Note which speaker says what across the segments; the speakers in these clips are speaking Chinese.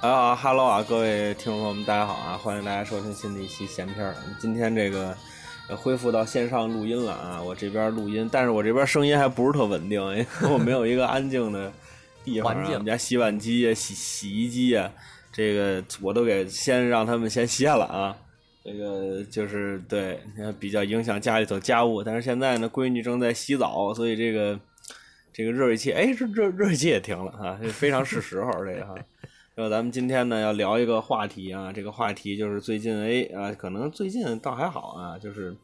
Speaker 1: 啊哈喽啊，各位听众朋友们，大家好啊！欢迎大家收听新的一期闲片儿。今天这个呃恢复到线上录音了啊，我这边录音，但是我这边声音还不是特稳定，因 为我没有一个安静的地方、啊。
Speaker 2: 环境
Speaker 1: 我们家洗碗机啊、洗洗衣机啊，这个我都给先让他们先歇了啊。这个就是对，比较影响家里头家务。但是现在呢，闺女正在洗澡，所以这个这个热水器，哎，这热热水器也停了啊，这非常是时候这个哈。然后咱们今天呢要聊一个话题啊，这个话题就是最近哎啊，可能最近倒还好啊，就是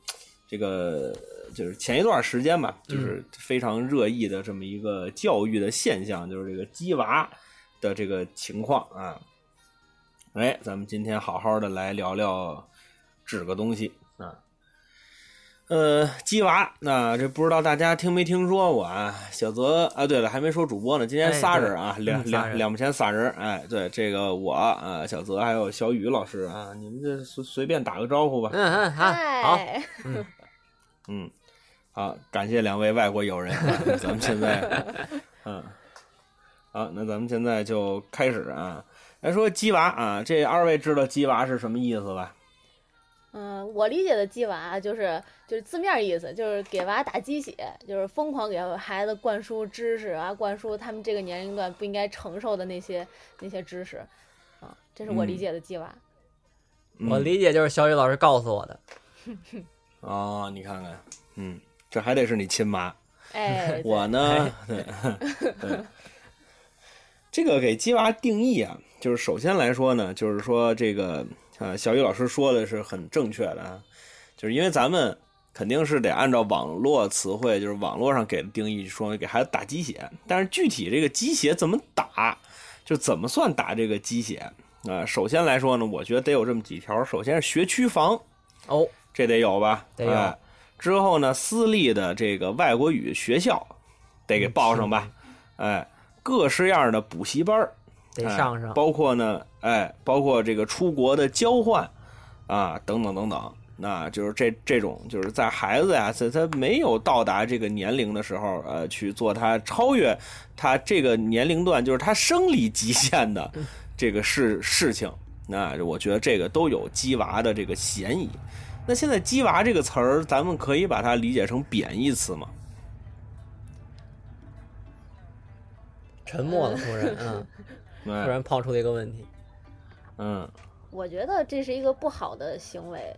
Speaker 1: 这个就是前一段时间吧，就是非常热议的这么一个教育的现象，就是这个鸡娃的这个情况啊。哎，咱们今天好好的来聊聊指个东西啊。呃，鸡娃，那、这不知道大家听没听说过啊？小泽啊，对了，还没说主播呢，今天
Speaker 2: 哎
Speaker 1: 仨
Speaker 2: 对
Speaker 1: 人啊，
Speaker 2: 嗯
Speaker 1: 两
Speaker 2: 仨
Speaker 1: 两
Speaker 2: 人
Speaker 1: 两目前仨人儿，哎，对，这个我啊，小泽还有小雨老师啊，你们这随随便打个招呼吧。
Speaker 2: 嗯嗯啊，好，
Speaker 3: 嗨，
Speaker 1: 嗯，好，感谢两位外国友人，啊咱们现在， 嗯，好，那咱们现在就开始啊，来说鸡娃啊，这二位知道鸡娃是什么意思吧？
Speaker 3: 嗯，我理解的鸡娃就是就是字面意思，就是给娃打鸡血，就是疯狂给孩子灌输知识啊，灌输他们这个年龄段不应该承受的那些那些知识，啊，这是我理解的鸡娃。
Speaker 1: 嗯
Speaker 2: 我理解就是小雨老师告诉我的，
Speaker 1: 哦，你看看，嗯，这还得是你亲妈，，
Speaker 3: 哎
Speaker 1: 我
Speaker 2: 哎
Speaker 1: 呢，对， 对这个给鸡娃定义啊，就是首先来说呢，就是说这个呃，小雨老师说的是很正确的啊，就是因为咱们肯定是得按照网络词汇，就是网络上给的定义说给孩子打鸡血，但是具体这个鸡血怎么打，就怎么算打这个鸡血啊、首先来说呢，我觉得得有这么几条，首先是学区房，
Speaker 2: 哦，
Speaker 1: 这得有吧？
Speaker 2: 得有
Speaker 1: 哎之后呢，私立的这个外国语学校得给报上吧？哎，各式样的补习班儿
Speaker 2: 得
Speaker 1: 哎
Speaker 2: 上上，
Speaker 1: 包括呢，哎，包括这个出国的交换啊，等等等等。那就是这这种，就是在孩子呀，在他没有到达这个年龄的时候，呃，去做他超越他这个年龄段，就是他生理极限的
Speaker 2: 嗯
Speaker 1: 这个事事情。那我觉得这个都有鸡娃的这个嫌疑。那现在“鸡娃”这个词儿，咱们可以把它理解成贬义词吗？
Speaker 2: 沉默了，突 然，嗯，
Speaker 1: 哎
Speaker 2: 突然抛出了一个问题，
Speaker 1: 嗯，
Speaker 3: 我觉得这是一个不好的行为，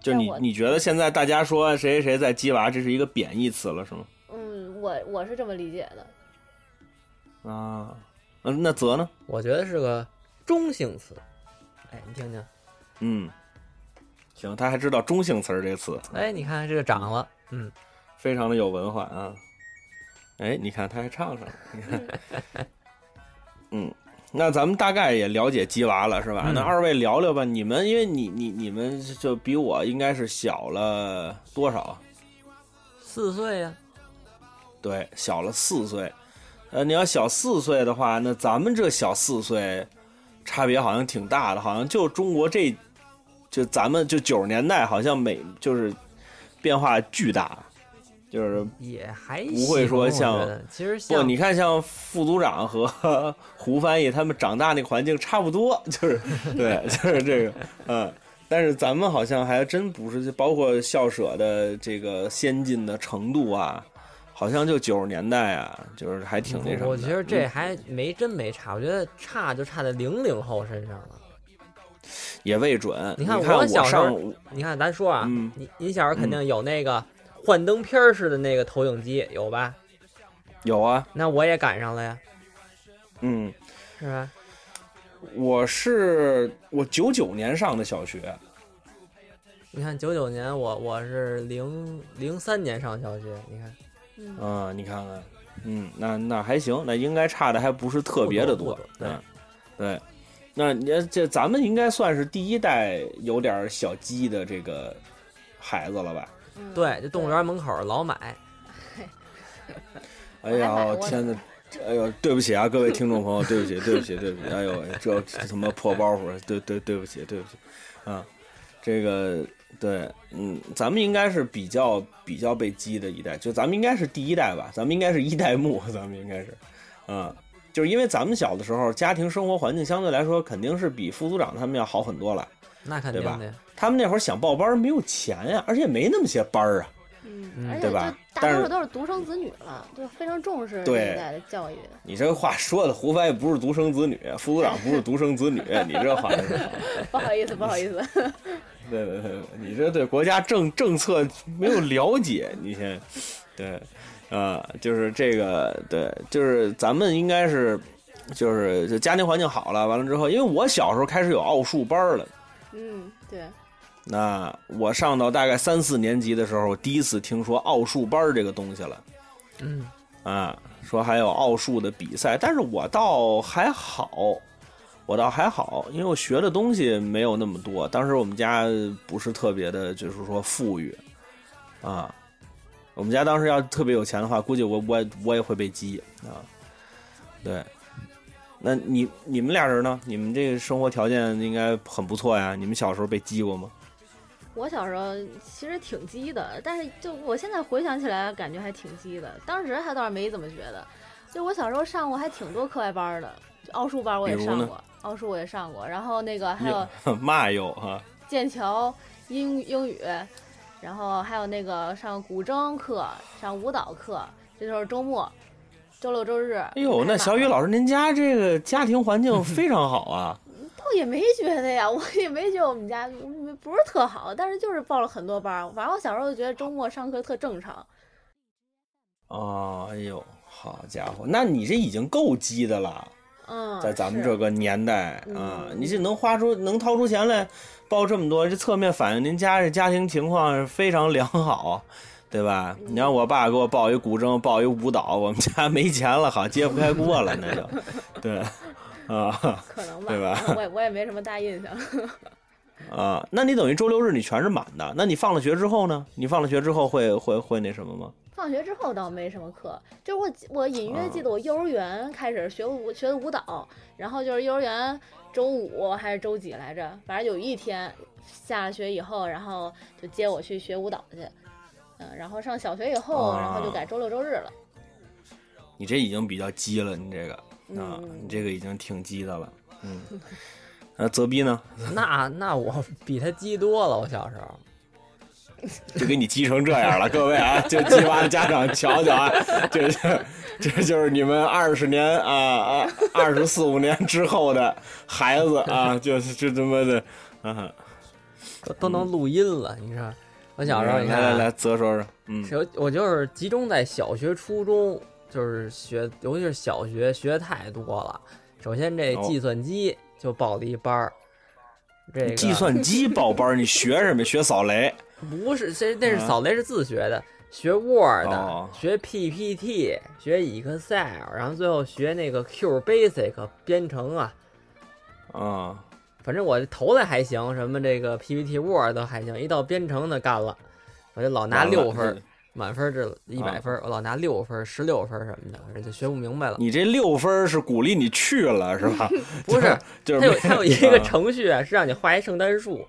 Speaker 1: 就是你
Speaker 3: 但我
Speaker 1: 你觉得现在大家说谁谁谁在“鸡娃”，这是一个贬义词了，是吗？
Speaker 3: 嗯，我我是这么理解的，
Speaker 1: 啊，嗯，那泽呢？
Speaker 2: 我觉得是个中性词，哎，你听听，
Speaker 1: 嗯，行，他还知道中性词儿这个词，
Speaker 2: 哎，你看这个长了，嗯，
Speaker 1: 非常的有文化啊。哎，你看他还唱上了，你看，嗯，那咱们大概也了解鸡娃了，是吧？
Speaker 2: 嗯
Speaker 1: 那二位聊聊吧，你们因为你你你们就比我应该是小了多少？
Speaker 2: 四岁呀，
Speaker 1: 对，小了四岁。呃，你要小四岁的话，那咱们这小四岁，差别好像挺大的，好像就中国这，就咱们就九十年代，好像每就是变化巨大，就是
Speaker 2: 也还
Speaker 1: 不会
Speaker 2: 行
Speaker 1: 说
Speaker 2: 我
Speaker 1: 像
Speaker 2: 觉得其实
Speaker 1: 不，
Speaker 2: 像
Speaker 1: 你看像副组长和 胡翻译他们长大那个环境差不多， 就是对，就是这个，嗯。但是咱们好像还真不是，就包括校舍的这个先进的程度啊，好像就九十年代啊，就是还挺那什么的。嗯
Speaker 2: 我觉得这还没真没差，我觉得差就差在零零后身上了。
Speaker 1: 也未准。
Speaker 2: 你
Speaker 1: 你
Speaker 2: 看我
Speaker 1: 我
Speaker 2: 小时候
Speaker 1: 上午，
Speaker 2: 你看，咱说啊，
Speaker 1: 嗯
Speaker 2: 你你小时候肯定有那个幻灯片儿似的那个投影机，有吧？
Speaker 1: 有啊，
Speaker 2: 那我也赶上了呀，
Speaker 1: 嗯，
Speaker 2: 是吧？
Speaker 1: 我是我九九年上的小学，
Speaker 2: 你看九九年我我是零零三年上小学，你看
Speaker 3: 嗯，
Speaker 1: 嗯、你看看，嗯，那那还行，那应该差的还不是特别的
Speaker 2: 不多不多
Speaker 1: 嗯，对。那你这咱们应该算是第一代有点小鸡的这个孩子了吧？
Speaker 3: 嗯，
Speaker 2: 对，这动物园门口老买，
Speaker 1: 哎呀
Speaker 3: 我还买，过呢
Speaker 1: 天哪！哎呦，对不起啊，各位听众朋友，对不起， 对不起，对不起，哎呦，这这他妈破包袱，对对对不起，对不起，啊，这个对，嗯，咱们应该是比较比较被激的一代，就咱们应该是第一代吧，咱们应该是一代目，咱们应该是，啊，就是因为咱们小的时候，家庭生活环境相对来说肯定是比副组长他们要好很多了。
Speaker 2: 那肯
Speaker 1: 对
Speaker 2: 定
Speaker 1: 吧
Speaker 2: 的呀。
Speaker 1: 他们那会儿想报班儿没有钱呀、而且没那么些班儿啊。
Speaker 3: 嗯，
Speaker 2: 嗯
Speaker 3: 而且
Speaker 1: 对
Speaker 3: 就
Speaker 1: 吧
Speaker 3: 大
Speaker 1: 但
Speaker 3: 多
Speaker 1: 是
Speaker 3: 数都是独生子女了，就非常重视
Speaker 1: 对
Speaker 3: 那一代的教育。
Speaker 1: 你这话说的，胡凡也不是独生子女，副组长不是独生子女，你这话是，
Speaker 3: 不好意思，不好意思，
Speaker 1: 对对对，你这对国家政政策没有了解，你先，对，啊、就是这个，对，就是咱们应该是，就是就家庭环境好了，完了之后，因为我小时候开始有奥数班儿了，
Speaker 3: 嗯，对，
Speaker 1: 那我上到大概三四年级的时候，我第一次听说奥数班儿这个东西了。
Speaker 2: 嗯，
Speaker 1: 啊，说还有奥数的比赛，但是我倒还好，我倒还好，因为我学的东西没有那么多。当时我们家不是特别的，就是说富裕啊。我们家当时要特别有钱的话，估计我我也我也会被激啊。对，那你你们俩人呢？你们这个生活条件应该很不错呀。你们小时候被激过吗？
Speaker 3: 我小时候其实挺鸡的，但是就我现在回想起来，感觉还挺鸡的。当时还倒是没怎么觉得，就我小时候上过还挺多课外班儿的，就奥数班儿我也
Speaker 1: 比如
Speaker 3: 上
Speaker 1: 呢
Speaker 3: 过，奥数我也上过，然后那个还有
Speaker 1: 嘛有哈，
Speaker 3: 剑桥英英语，然后还有那个上古筝课、上舞蹈课，这就是周末，周六周日。
Speaker 1: 哎呦，那小雨老师您家这个家庭环境非常好 啊。
Speaker 3: 倒也没觉得呀， 我也没觉得我们家嗯不是特好，但是就是报了很多班儿。反正我小时候就觉得周末上课特正常。
Speaker 1: 哦，哎呦，好家伙，那你这已经够鸡的了，
Speaker 3: 嗯，
Speaker 1: 在咱们
Speaker 3: 是
Speaker 1: 这个年代
Speaker 3: 嗯
Speaker 1: 啊，你这能花出能掏出钱来报这么多，这侧面反映您家这家庭情况是非常良好。对吧？你让我爸给我报一古筝，报一舞蹈，我们家没钱了，好揭不开锅了，那就，对，啊
Speaker 3: 可能吧，嗯
Speaker 1: 对吧
Speaker 3: 我也我也没什么大印象。
Speaker 1: 啊，那你等于周六日你全是满的，那你放了学之后呢？你放了学之后会会会那什么吗？
Speaker 3: 放学之后倒没什么课，就是我我隐约
Speaker 1: 啊
Speaker 3: 记得我幼儿园开始学舞学的舞蹈，然后就是幼儿园周五还是周几来着，反正有一天下了学以后，然后就接我去学舞蹈去。嗯，然后上小学以后，
Speaker 1: 啊
Speaker 3: 然后就改周六周日了。
Speaker 1: 你这已经比较鸡了，你这个啊，
Speaker 3: 嗯
Speaker 1: 你这个已经挺鸡的了。 嗯，那泽逼呢，
Speaker 2: 那那我比他鸡多了，我小时候。
Speaker 1: 就给你鸡成这样了，各位 啊，就鸡娃的家长瞧瞧啊，这是这就是你们二十年啊啊二十四五年之后的孩子啊，就是这他妈的啊，
Speaker 2: 都都能录音了。你看，我小时候你
Speaker 1: 嗯来
Speaker 2: 看啊，
Speaker 1: 来来，泽说说，嗯
Speaker 2: 是有我就是集中在小学、初中，就是学，尤其是小学学太多了。首先这
Speaker 1: 哦
Speaker 2: 计算机就报了一班儿，这个
Speaker 1: 计算机报班儿，你学什么？学扫雷
Speaker 2: 不是这那是
Speaker 1: 啊
Speaker 2: 扫雷是自学的，学 Word，、
Speaker 1: 哦
Speaker 2: 学 PPT，学 Excel，然后最后学那个 Q Basic 编程啊。
Speaker 1: 啊？
Speaker 2: 反正我投的还行，什么这个 PPT、Word 都还行，一到编程的干了，我就老拿
Speaker 1: 完了
Speaker 2: 六分儿，满分儿这一
Speaker 1: 啊
Speaker 2: 百分儿，我老拿六分儿、十六分儿什么的，反正就学不明白了。
Speaker 1: 你这六分儿是鼓励你去了是 吧？
Speaker 2: 不是，
Speaker 1: 就是
Speaker 2: 它有它有一个
Speaker 1: 啊
Speaker 2: 程序啊是让你画一圣诞树，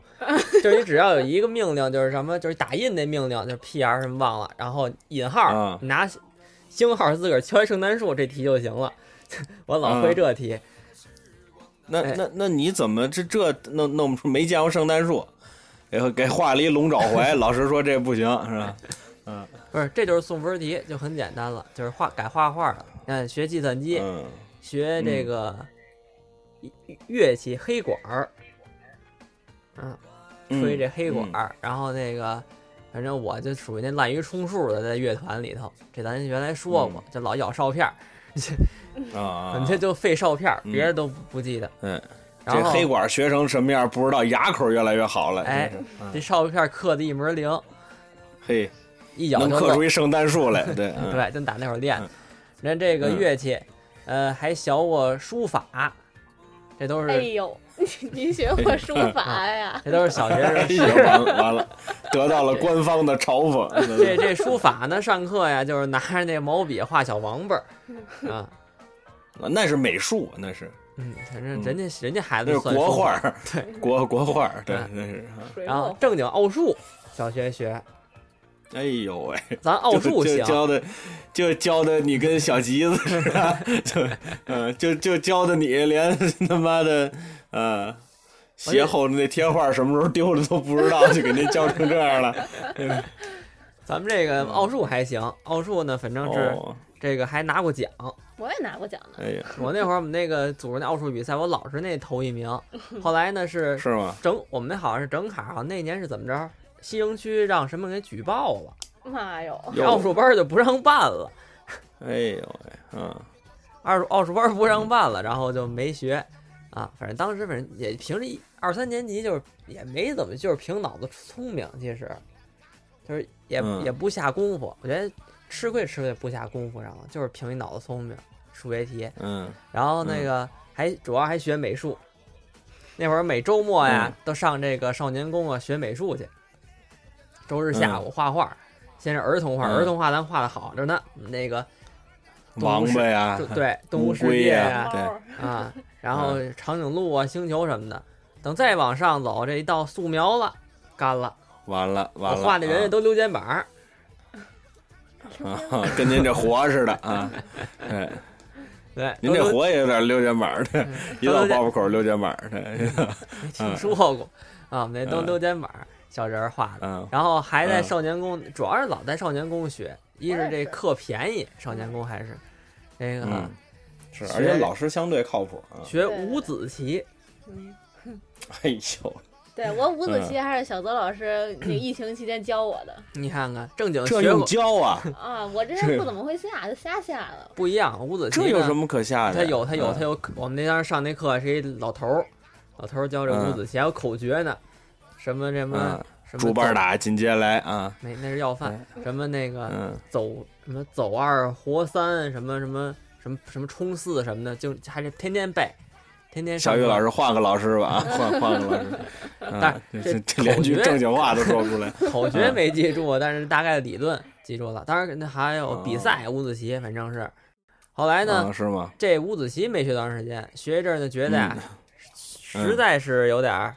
Speaker 2: 就是你只要有一个命令，就是什么，就是打印那命令，就是 PR 什么忘了，然后引号，
Speaker 1: 啊
Speaker 2: 你拿星号自个儿敲一圣诞树这题就行了。 我老会
Speaker 1: 啊
Speaker 2: 这题，
Speaker 1: 那
Speaker 2: 哎
Speaker 1: 那那你怎么这这弄弄不出没见过圣诞树，然后给画了一龙爪槐，老师说这不行是吧？
Speaker 2: 不是，这就是送分题，就很简单了，就是画改画画了。嗯，学计算机，
Speaker 1: 嗯，
Speaker 2: 学这个乐乐器黑管儿，嗯，
Speaker 1: 嗯
Speaker 2: 吹这黑管
Speaker 1: 嗯
Speaker 2: 儿，然后那个，反正我就属于那滥竽充数的，在乐团里头，这咱原来说
Speaker 1: 嗯
Speaker 2: 过，就老咬哨片儿，
Speaker 1: 啊啊，
Speaker 2: 你嗯这就废哨片儿，
Speaker 1: 嗯
Speaker 2: 别的都不不记得。
Speaker 1: 嗯，
Speaker 2: 然
Speaker 1: 这
Speaker 2: 后
Speaker 1: 黑管学成什么样不知道，牙口越来越好了。
Speaker 2: 哎
Speaker 1: 真是，嗯
Speaker 2: 这哨片儿刻的一门儿灵，
Speaker 1: 嘿，
Speaker 2: 一咬
Speaker 1: 能
Speaker 2: 就
Speaker 1: 刻
Speaker 2: 漏
Speaker 1: 出，一圣诞树来， 对，嗯
Speaker 2: 对，就打那会儿练
Speaker 1: 嗯。
Speaker 2: 人家这个
Speaker 1: 嗯
Speaker 2: 乐器，呃，还学过书法，这都
Speaker 3: 哎
Speaker 2: 是
Speaker 3: 呦， 您学过书法 呀？
Speaker 2: 这都是小学时候
Speaker 1: 哎呀，完了完了，得到了官方的嘲 讽。
Speaker 2: 这这书法呢，上课呀，就是拿着那毛笔画小王八儿啊，
Speaker 1: 那是美术，那是
Speaker 2: 嗯，反正人家人家孩
Speaker 1: 那
Speaker 2: 子
Speaker 1: 是
Speaker 2: 算
Speaker 1: 国
Speaker 2: 书
Speaker 1: 画
Speaker 2: 法，
Speaker 1: 儿，国国画儿，对
Speaker 2: 哎，
Speaker 1: 那是啊
Speaker 3: 水
Speaker 2: 然后
Speaker 3: 墨
Speaker 2: 正经奥数，小学学，
Speaker 1: 哎呦喂，
Speaker 2: 咱奥
Speaker 1: 就
Speaker 2: 数
Speaker 1: 就
Speaker 2: 行，
Speaker 1: 教的，就教的你跟小吉子似的， 就嗯，就就教的你连他妈的，嗯，鞋后的那贴画什么时候丢了都不知道，就给您教成这样了。
Speaker 2: 咱们这个奥数还行，奥数呢，反正 是
Speaker 1: 嗯哦，
Speaker 2: 这个还拿过奖。
Speaker 3: 我也拿过奖呢。
Speaker 1: 哎呀，
Speaker 2: 我那会儿我们那个组织那奥数比赛，我老是那头一名。后来呢是
Speaker 1: 是吗？
Speaker 2: 整我们那好像是整卡啊，那年是怎么着？西城区让什么给举报了，
Speaker 3: 妈哟，
Speaker 1: 哟
Speaker 2: 奥数班儿就不让办了，
Speaker 1: 哎呦喂，嗯，
Speaker 2: 二奥数班儿不让办了，然后就没学。啊，反正当时反正也平时一二三年级就是也没怎么，就是凭脑子聪明，其实就是也、
Speaker 1: 嗯
Speaker 2: 也不下功夫。我觉得吃亏吃亏不下功夫上了，就是凭一脑子聪明，数学题。
Speaker 1: 嗯，
Speaker 2: 然后那
Speaker 1: 嗯
Speaker 2: 个还主要还学美术，那会儿每周末
Speaker 1: 嗯
Speaker 2: 呀、都上这个少年宫啊学美术去，周日下午画画，先是儿童画，
Speaker 1: 嗯
Speaker 2: 儿童画咱画的好着呢，那个
Speaker 1: 王八呀
Speaker 2: 就， 对动
Speaker 1: 乌
Speaker 2: 物世
Speaker 1: 龟
Speaker 2: 界
Speaker 1: 呀
Speaker 2: 呀
Speaker 1: 对
Speaker 3: 猫儿
Speaker 2: 啊，然后长颈鹿啊、星球什么的，等再往上走，这一到素描了，干了，
Speaker 1: 完了
Speaker 2: 我
Speaker 1: 完了，
Speaker 2: 画的人家都溜肩膀儿，
Speaker 1: 啊，啊跟您这活似的啊，哎，
Speaker 2: 对，
Speaker 1: 您
Speaker 2: 都
Speaker 1: 这
Speaker 2: 溜
Speaker 1: 活也有点溜肩膀儿的，一到
Speaker 2: 都
Speaker 1: 包袱口儿溜肩膀儿的，
Speaker 2: 没 听说过啊，我们那都
Speaker 1: 嗯
Speaker 2: 溜肩膀儿，小人儿画的。
Speaker 1: 嗯，
Speaker 2: 然后还在
Speaker 1: 嗯
Speaker 2: 少年宫，主要是老在少年宫学，一
Speaker 3: 我
Speaker 2: 是
Speaker 3: 也
Speaker 2: 这
Speaker 3: 是
Speaker 2: 课便宜，少年宫还是那个
Speaker 1: 嗯，是，而且
Speaker 2: 学
Speaker 1: 老师相对靠谱啊。
Speaker 2: 学
Speaker 3: 对对
Speaker 2: 五子棋，
Speaker 3: 嗯
Speaker 1: 哎呦，
Speaker 3: 对我五
Speaker 1: 嗯
Speaker 3: 子棋还是小泽老师那个疫情期间教我的
Speaker 2: 你看看正经
Speaker 1: 这
Speaker 2: 呃学
Speaker 1: 用
Speaker 2: 过呃
Speaker 1: 教啊？
Speaker 3: 啊，我这
Speaker 1: 这
Speaker 3: 不怎么会下，就瞎下了。
Speaker 2: 不一样，五子棋
Speaker 1: 这有
Speaker 2: 呢
Speaker 1: 什么可吓的？啊
Speaker 2: 他有他有他
Speaker 1: 有，
Speaker 2: 有，我们那当时上那课是一老头儿，老头儿教这五
Speaker 1: 嗯
Speaker 2: 子棋，还有口诀呢，什么什么
Speaker 1: 嗯，
Speaker 2: 什么
Speaker 1: 竹
Speaker 2: 走
Speaker 1: 板，打，紧接来啊，
Speaker 2: 没那是要饭，什么那个
Speaker 1: 嗯，
Speaker 2: 走什么走二活三，什么什么什么什么冲四什么的，就还是天天背，天天上
Speaker 1: 小雨
Speaker 2: 课
Speaker 1: 老师换个老师 吧啊，换换个老师，嗯，
Speaker 2: 但
Speaker 1: 这
Speaker 2: 这
Speaker 1: 这连句
Speaker 2: 口诀
Speaker 1: 正经话都说不出 来，
Speaker 2: 口诀没记住，但是大概的理论记住了。当然，那还有
Speaker 1: 哦
Speaker 2: 比赛五子棋，反正是。后来呢，
Speaker 1: 嗯，是吗？
Speaker 2: 这五子棋没学多长时间，学一阵儿呢，觉得呀、
Speaker 1: 嗯
Speaker 2: 实在是有点儿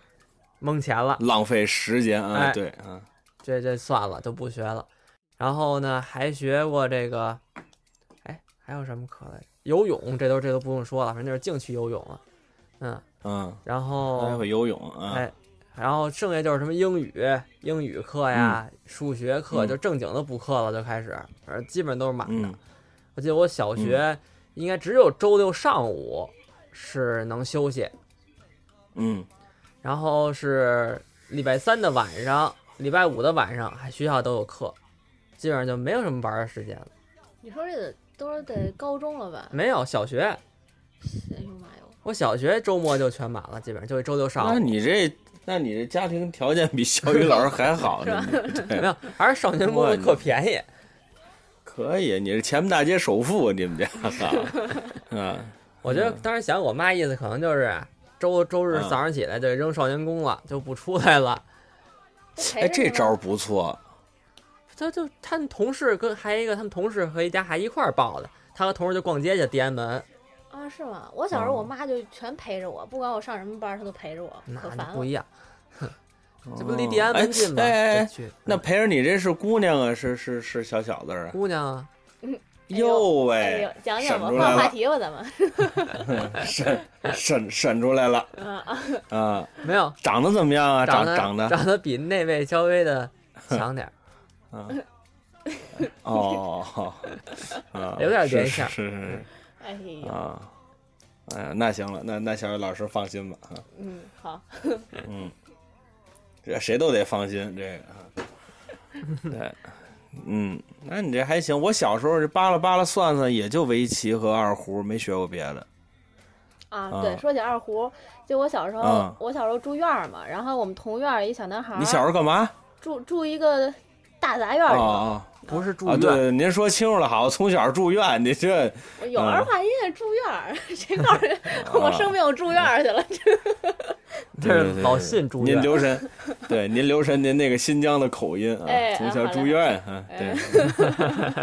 Speaker 2: 蒙钱了，
Speaker 1: 浪费时间啊，
Speaker 2: 哎
Speaker 1: 对啊，
Speaker 2: 这这算了，就不学了。然后呢，还学过这个，哎，还有什么课来着？游泳，这都这都不用说了，反正就是净去游泳了。嗯，
Speaker 1: 嗯，
Speaker 2: 然
Speaker 1: 还
Speaker 2: 后
Speaker 1: 会游泳啊
Speaker 2: 哎，然后剩下就是什么英语、英语课呀、数学课，
Speaker 1: 嗯
Speaker 2: 就正经的补课了，就开始，反正基本都是满的。
Speaker 1: 嗯，
Speaker 2: 我记得我小学应该只有周六上午是能休息，
Speaker 1: 嗯，
Speaker 2: 然后是礼拜三的晚上、礼拜五的晚上，还学校都有课，基本上就没有什么玩儿的时间了。
Speaker 3: 你说这得都是得高中了吧？
Speaker 2: 没有小学，
Speaker 3: 哎呦妈哟，
Speaker 2: 我小学周末就全满了，基本上就周六上
Speaker 1: 那
Speaker 2: 午。
Speaker 1: 你这。那你这家庭条件比小雨老师还好 呢，
Speaker 2: 没有，还是少年宫
Speaker 1: 哇
Speaker 2: 的
Speaker 1: 你
Speaker 2: 课便宜。
Speaker 1: 可以，你是前门大街首富，你们家， 啊，
Speaker 2: 我觉得当时想我妈意思可能就是周周日
Speaker 1: 嗯
Speaker 2: 早上起来就扔少年宫了，就不出来了。
Speaker 3: 陪
Speaker 1: 哎，
Speaker 3: 着
Speaker 1: 这
Speaker 3: 呢
Speaker 1: 招儿不错，
Speaker 2: 他就他们同事跟还有一个他们同事和一家还一块儿报的，他和同事就逛街去地安门，
Speaker 3: 啊是吗？我小时候我
Speaker 1: 嗯
Speaker 3: 妈就全陪着我，不管我上什么班，她都陪着我，
Speaker 2: 那
Speaker 3: 可
Speaker 2: 就
Speaker 3: 烦
Speaker 2: 不
Speaker 3: 了
Speaker 2: 一。样。这不
Speaker 1: 哦
Speaker 2: 离地安门近吗？
Speaker 1: 哎哎哎
Speaker 2: 这去
Speaker 1: 那陪着你这是姑娘啊，是是是小小子啊？
Speaker 2: 姑娘啊，
Speaker 3: 哎呦
Speaker 1: 哟
Speaker 3: 哎
Speaker 1: 喂
Speaker 3: 呦，，讲
Speaker 1: 闪
Speaker 3: 讲吧，
Speaker 1: 出来
Speaker 3: 换话
Speaker 1: 了，
Speaker 3: 题吧，咱们。
Speaker 1: 闪 闪闪出来了
Speaker 3: 啊啊，
Speaker 1: 啊！
Speaker 2: 没有
Speaker 1: 长得怎么样啊？长
Speaker 2: 得
Speaker 1: 长得
Speaker 2: 长得比那位稍微的强 点儿，
Speaker 1: 哦，啊
Speaker 2: 有点嗯
Speaker 1: 是
Speaker 2: 联想
Speaker 1: 是是
Speaker 3: 哎
Speaker 1: 是
Speaker 3: 呦，
Speaker 1: 啊。哎呀，那行了，那那小雨老师放心吧啊，
Speaker 3: 嗯，好，
Speaker 1: 嗯，这谁都得放心这个啊， 对，嗯，那你这还行。我小时候这扒拉扒拉算算，也就围棋和二胡，没学过别的。
Speaker 3: 啊，对，
Speaker 1: 啊
Speaker 3: 说起二胡，就我小时候
Speaker 1: 啊，
Speaker 3: 我小时候住院儿嘛，然后我们同院儿一小男孩儿，
Speaker 1: 你小时候干嘛？
Speaker 3: 住住一个大杂院
Speaker 1: 哦
Speaker 3: 儿里头，
Speaker 1: 哦。
Speaker 2: 不是住
Speaker 1: 啊，
Speaker 2: 院。
Speaker 1: 对，您说清楚了，好，从小住院，你 这
Speaker 3: 我
Speaker 2: 嗯
Speaker 3: 有儿化音住院儿， 谁告诉人
Speaker 2: 哦
Speaker 3: 我生病我住院儿去了？这
Speaker 2: 这是老信住院
Speaker 1: 您留神，对，您留神您那个新疆的口音啊，
Speaker 3: 哎
Speaker 1: 从小住院啊，对
Speaker 3: 哎，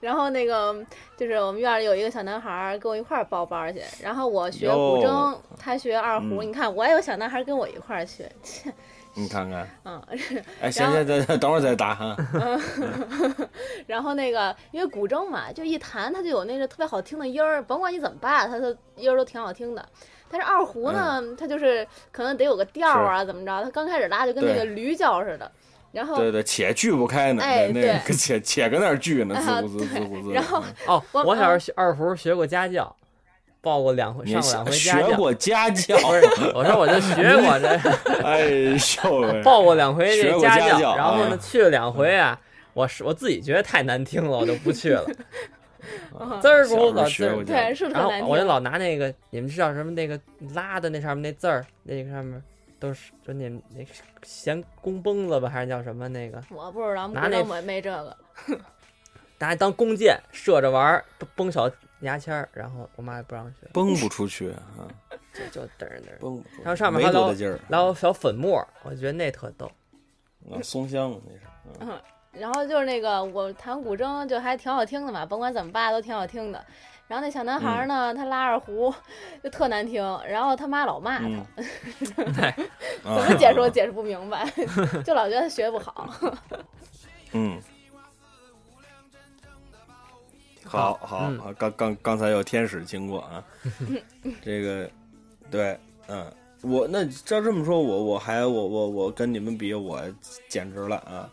Speaker 3: 然后那个就是我们院里有一个小男孩儿跟我一块儿报班儿去，然后我学古
Speaker 1: 哟
Speaker 3: 筝，他学二胡，
Speaker 1: 嗯
Speaker 3: 你看我也有小男孩儿跟我一块儿学，切
Speaker 1: 你看看，
Speaker 3: 嗯，
Speaker 1: 哎，行行，咱咱等会儿再打哈。
Speaker 3: 然后那个，因为古筝嘛，就一弹它就有那个特别好听的音儿，甭管你怎么扒，它的音儿都挺好听的。但是二胡呢，
Speaker 2: 嗯
Speaker 3: 它就是可能得有个调儿啊，怎么着？它刚开始拉就跟那个驴叫似的，然后
Speaker 1: 对对，且锯不开呢，
Speaker 3: 哎
Speaker 1: 那
Speaker 3: 对
Speaker 1: 那个 且且跟那儿锯呢，
Speaker 3: 啊
Speaker 1: 滋咕滋滋
Speaker 3: 对
Speaker 1: 咕滋。
Speaker 3: 然后
Speaker 1: 嗯
Speaker 2: 哦，
Speaker 3: 我
Speaker 2: 我小时候学二胡学过家教，报过两回，
Speaker 1: 你
Speaker 2: 上过两回
Speaker 1: 学
Speaker 2: 家
Speaker 1: 学
Speaker 2: 教。
Speaker 1: 过家教？
Speaker 2: 不是，我说我就学过这，
Speaker 1: 哎呦 喂！
Speaker 2: 报过两回
Speaker 1: 学
Speaker 2: 这
Speaker 1: 过
Speaker 2: 家
Speaker 1: 家教嗯
Speaker 2: 然后呢
Speaker 1: 啊
Speaker 2: 去了两回啊，我是我自己觉得太难听了，我就不去 了。
Speaker 3: 嗯
Speaker 2: 滋儿咕
Speaker 1: 小时候
Speaker 2: 咕滋
Speaker 1: 学
Speaker 2: 儿
Speaker 1: 过
Speaker 2: 咕，
Speaker 1: 家
Speaker 3: 对，是特
Speaker 2: 然后
Speaker 3: 难
Speaker 2: 我就
Speaker 3: 听。
Speaker 2: 老拿那个，你们知道什么那个拉的那上面那字儿，那个上面都是就你们那弦弓崩子吧，还是叫什么那个？
Speaker 3: 我不知道，
Speaker 2: 拿
Speaker 3: 不知道
Speaker 2: 那
Speaker 3: 没没这个。
Speaker 2: 拿来当弓箭射着玩儿，崩崩小牙签儿。然后我妈也不让学，
Speaker 1: 蹦不出去啊，
Speaker 2: 就就嘚儿嘚儿。
Speaker 1: 蹦不出去。
Speaker 2: 然后上面
Speaker 1: 没
Speaker 2: 还
Speaker 1: 多
Speaker 2: 捞
Speaker 1: 大劲儿，
Speaker 2: 然后小粉末儿，我觉得那特逗。
Speaker 1: 啊，松香了那是。嗯
Speaker 3: 嗯，然后就是那个我弹古筝就还挺好听的嘛，甭管怎么扒都挺好听的。然后那小男孩
Speaker 1: 嗯
Speaker 3: 儿呢，他拉二胡就特难听，然后他妈老骂他，
Speaker 1: 嗯，啊怎
Speaker 3: 怎么解释我解释不明白， 就老觉得他学不好。
Speaker 1: 嗯，好好
Speaker 2: 嗯
Speaker 1: 好，刚刚刚才有天使经过啊，这个对，嗯，我那照这么说，我我还我我我跟你们比，我简直了啊！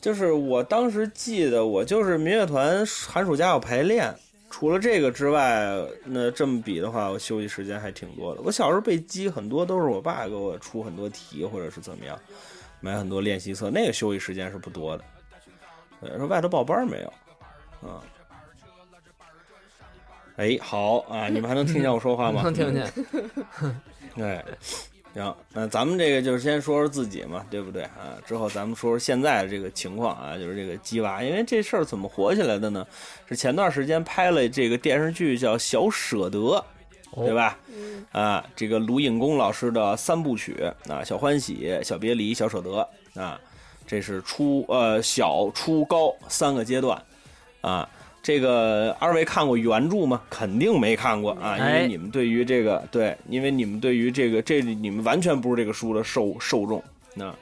Speaker 1: 就是我当时记得，我就是民乐团寒暑假要排练，除了这个之外，那这么比的话，我休息时间还挺多的。我小时候背鸡很多都是我爸给我出很多题，或者是怎么样，买很多练习册，那个休息时间是不多的。对，说外头报班没有？啊，哎，好啊，你们还能听见我说话吗？
Speaker 2: 能 听见？
Speaker 1: 嗯对，哎行，那咱们这个就是先说说自己嘛，对不对啊？之后咱们说说现在的这个情况啊，就是这个鸡娃，因为这事儿怎么火起来的呢？是前段时间拍了这个电视剧叫《小舍得》，
Speaker 2: 哦
Speaker 1: 对吧？
Speaker 3: 嗯
Speaker 1: 啊，这个卢隐公老师的三部曲啊，小欢喜、小别离、小舍得啊，这是初呃小、初、高三个阶段啊。这个二位看过原著吗？肯定没看过啊，因
Speaker 2: 哎
Speaker 1: 为你们对于这个对，因为你们对于这个这你们完全不是这个书的受受众。那、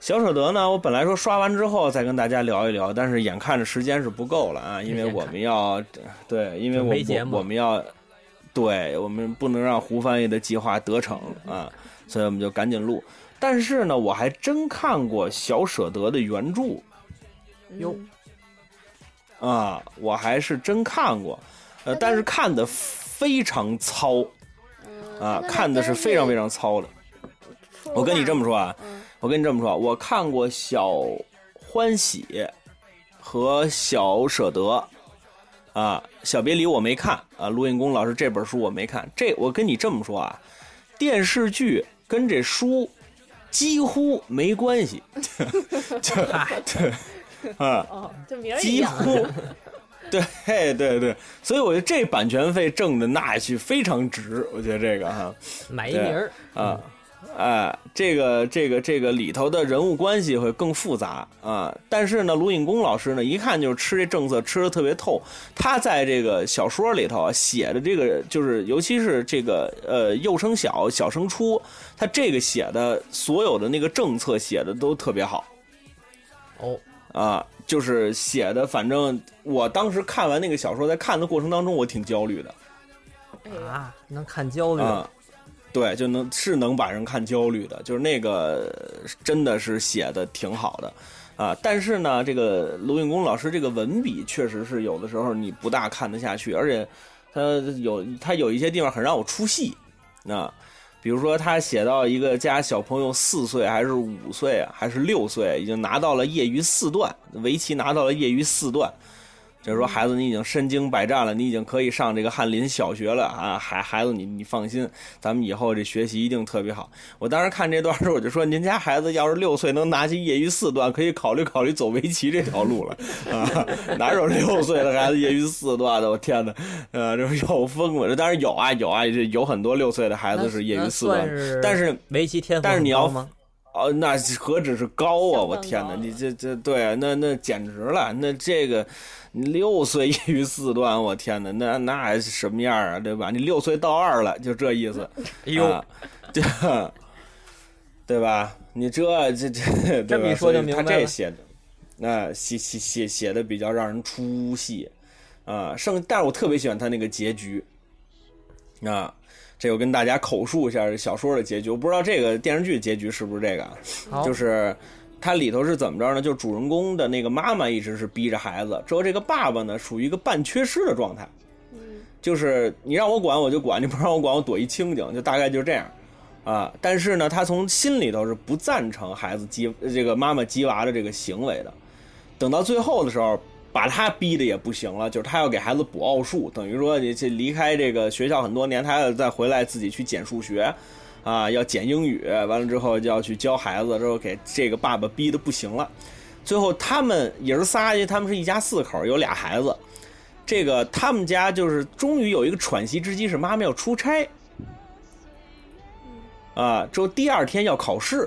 Speaker 1: 小舍得呢，我本来说刷完之后再跟大家聊一聊，但是眼看着时间是不够了啊，因为
Speaker 2: 眼看
Speaker 1: 我们要对，因为
Speaker 2: 准备节
Speaker 1: 我
Speaker 2: 目
Speaker 1: 我我们要对我们不能让胡翻译的计划得逞啊，所以我们就赶紧录。但是呢，我还真看过《小舍得》的原著
Speaker 2: 哟
Speaker 3: 嗯
Speaker 1: 啊，我还是真看过，呃，但是看的非常糙
Speaker 3: 嗯
Speaker 1: 啊，看的是非常非。常糙的。
Speaker 3: 那
Speaker 1: 我跟你这么
Speaker 3: 说
Speaker 1: 说啊，
Speaker 3: 吧，嗯
Speaker 1: 我跟你这么说，我看过《小欢喜》和《小舍得》啊，《小别离》我没看啊，卢印公老师这本书我没看。这我跟你这么说啊，电视剧跟这书几乎没关系，就对啊，
Speaker 3: 哦，就名儿一
Speaker 1: 几
Speaker 3: 样。
Speaker 1: 乎，对 对对，所以我觉得这版权费挣的那去非常值，我觉得这个哈、
Speaker 2: 买一名儿
Speaker 1: 啊，哎，这个这个这个里头的人物关系会更复杂啊。但是呢，卢隐公老师呢，一看就是吃这政策吃的特别透。他在这个小说里头啊写的这个，就是尤其是这个呃幼升小、小升初，他这个写的所有的那个政策写的都特别好。
Speaker 2: 哦，
Speaker 1: 啊，就是写的，反正我当时看完那个小说，在看的过程当中，我挺焦虑的。
Speaker 3: 哎呀
Speaker 2: 啊，能看焦虑
Speaker 1: 啊，对，就能是能把人看焦虑的，就是那个呃真的是写的挺好的。啊，但是呢，这个卢运功老师这个文笔确实是有的时候你不大看得下去，而且他有他有一些地方很让我出戏，啊，比如说他写到一个家小朋友四岁还是五岁啊还是六岁，已经拿到了业余四段，围棋拿到了业余四段，就是
Speaker 2: 嗯
Speaker 1: 说孩子你已经身经百战了，你已经可以上这个翰林小学了啊，孩孩子你你放心，咱们以后这学习一定特别好。我当时看这段时候我就说，您家孩子要是六岁能拿起业余四段，可以考虑考虑走围棋这条路了啊， 哪有六岁的孩子业余四段的？我天哪，呃，这不要疯我这当然有啊有啊，这有很多六岁的孩
Speaker 2: 那
Speaker 1: 子是业
Speaker 2: 那
Speaker 1: 余四段
Speaker 2: 算
Speaker 1: 的，
Speaker 2: 是
Speaker 1: 但是
Speaker 2: 围棋天赋
Speaker 1: 但是
Speaker 2: 很
Speaker 1: 你要
Speaker 2: 高吗？
Speaker 1: 哦，那何止是高啊！
Speaker 3: 相
Speaker 1: 我
Speaker 3: 当
Speaker 1: 天哪，
Speaker 3: 高
Speaker 1: 你
Speaker 3: 了
Speaker 1: 这这对，啊那那简直了！那这个你六岁业余四段，我天哪，那那还是什么样啊哎 啊？对吧？你六岁到二了，就这意思。
Speaker 2: 哎呦
Speaker 1: 啊，这对吧？你这这这，对
Speaker 2: 这么
Speaker 1: 吧？
Speaker 2: 一说就
Speaker 1: 所以
Speaker 2: 明
Speaker 1: 他
Speaker 2: 白
Speaker 1: 这
Speaker 2: 了
Speaker 1: 写的，那写写写写的比较让人出戏啊。剩，但是我特别喜欢他那个结局啊。这我跟大家口述一下小说的结局，我不知道这个电视剧结局是不是这个啊，
Speaker 2: 好，
Speaker 1: 就是它里头是怎么着呢？就主人公的那个妈妈一直是逼着孩子，之后这个爸爸呢属于一个半缺失的状态，
Speaker 3: 嗯
Speaker 1: 就是你让我管我就管，你不让我管我躲一清静，就大概就这样。啊，但是呢，他从心里头是不赞成孩子鸡这个妈妈鸡娃的这个行为的。等到最后的时候，把他逼的也不行了，就是他要给孩子补奥数，等于说你这离开这个学校很多年，他要再回来自己去捡数学，啊，要捡英语，完了之后就要去教孩子，之后给这个爸爸逼的不行了。最后他们爷儿仨，因为他们是一家四口，有俩孩子，这个他们家就是终于有一个喘息之机，是妈妈要出差，啊，之后第二天要考试，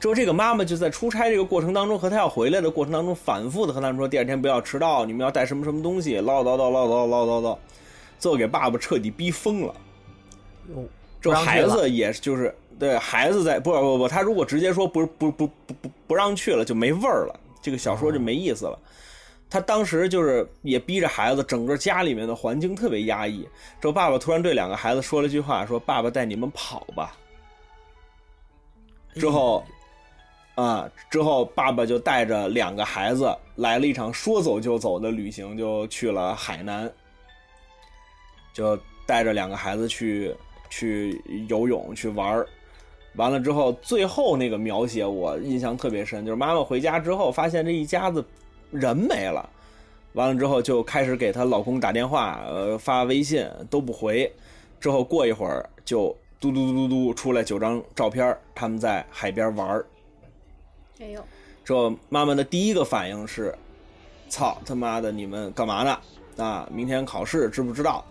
Speaker 1: 之后这个妈妈就在出差这个过程当中和她要回来的过程当中，反复的和他们说，第二天不要迟到，你们要带什么什么东西，唠叨叨唠叨唠叨叨，最后给爸爸彻底逼疯了。
Speaker 2: 哟
Speaker 1: 这
Speaker 2: 不让去
Speaker 1: 孩
Speaker 2: 了
Speaker 1: 子也就是对孩子在不不不，他如果直接说不不不不不不让去了就没味儿了，这个小说就没意思了。他当时就是也逼着孩子，整个家里面的环境特别压抑。这爸爸突然对两个孩子说了一句话，说：“爸爸带你们跑吧。”
Speaker 2: 哎
Speaker 1: 之后，啊，之后爸爸就带着两个孩子来了一场说走就走的旅行，就去了海南，就带着两个孩子去去游泳去玩儿。完了之后，最后那个描写我印象特别深，就是妈妈回家之后发现这一家子人没了，完了之后就开始给她老公打电话，呃，发微信都不回。之后过一会儿就嘟嘟嘟嘟嘟出来九张照片儿，他们在海边玩儿。
Speaker 3: 哎呦，
Speaker 1: 之后妈妈的第一个反应是：“操他妈的，你们干嘛呢？啊，明天考试知不知道？”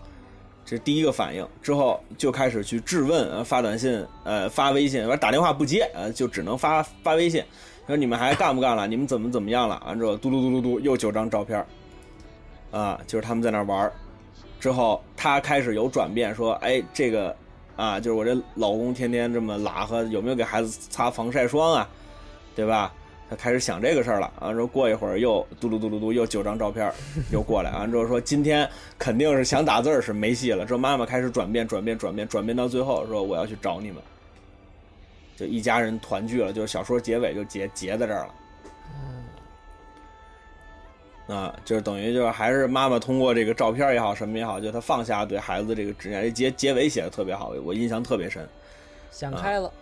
Speaker 1: 这是第一个反应，之后就开始去质问，呃发短信，呃，发微信，完打电话不接，呃，就只能发发微信，说你们还干不干了？你们怎么怎么样了？啊完之后嘟嘟嘟嘟嘟，又九张照片儿，啊，就是他们在那儿玩儿之后他开始有转变，说，哎，这个啊，就是我这老公天天这么拉和，有没有给孩子擦防晒霜啊？对吧？他开始想这个事儿了啊，说过一会儿又嘟噜嘟噜嘟又九张照片儿又过来，完之后说今天肯定是想打字儿是没戏了。这妈妈开始转变转变转变转变到最后说我要去找你们，就一家人团聚了，就是小说结尾就结结在这儿了。啊，就是等于就是还是妈妈通过这个照片也好，什么也好，就她放下对孩子这个执念。这结结尾写的特别好，我印象特别深。
Speaker 2: 想开
Speaker 1: 啊
Speaker 2: 了，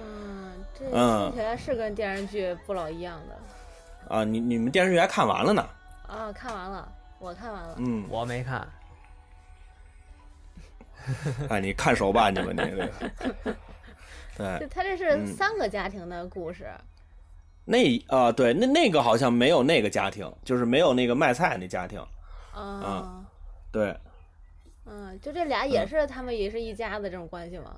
Speaker 3: 嗯，这
Speaker 1: 嗯
Speaker 3: 听起来是跟电视剧不老一样的
Speaker 1: 啊，你你们电视剧还看完了呢？
Speaker 3: 啊。看完了，我看完了。
Speaker 1: 嗯，
Speaker 2: 我没看，
Speaker 1: 哎，你看手吧，你们那个，
Speaker 3: 就
Speaker 1: 对，
Speaker 3: 他这
Speaker 1: 嗯
Speaker 3: 是三个家庭的故事，
Speaker 1: 啊那啊、对，那那个好像没有那个家庭，就是没有那个卖菜那家庭，
Speaker 3: 啊，
Speaker 1: 对，
Speaker 3: 嗯，就这俩也是他们也是一家的这种关系吗？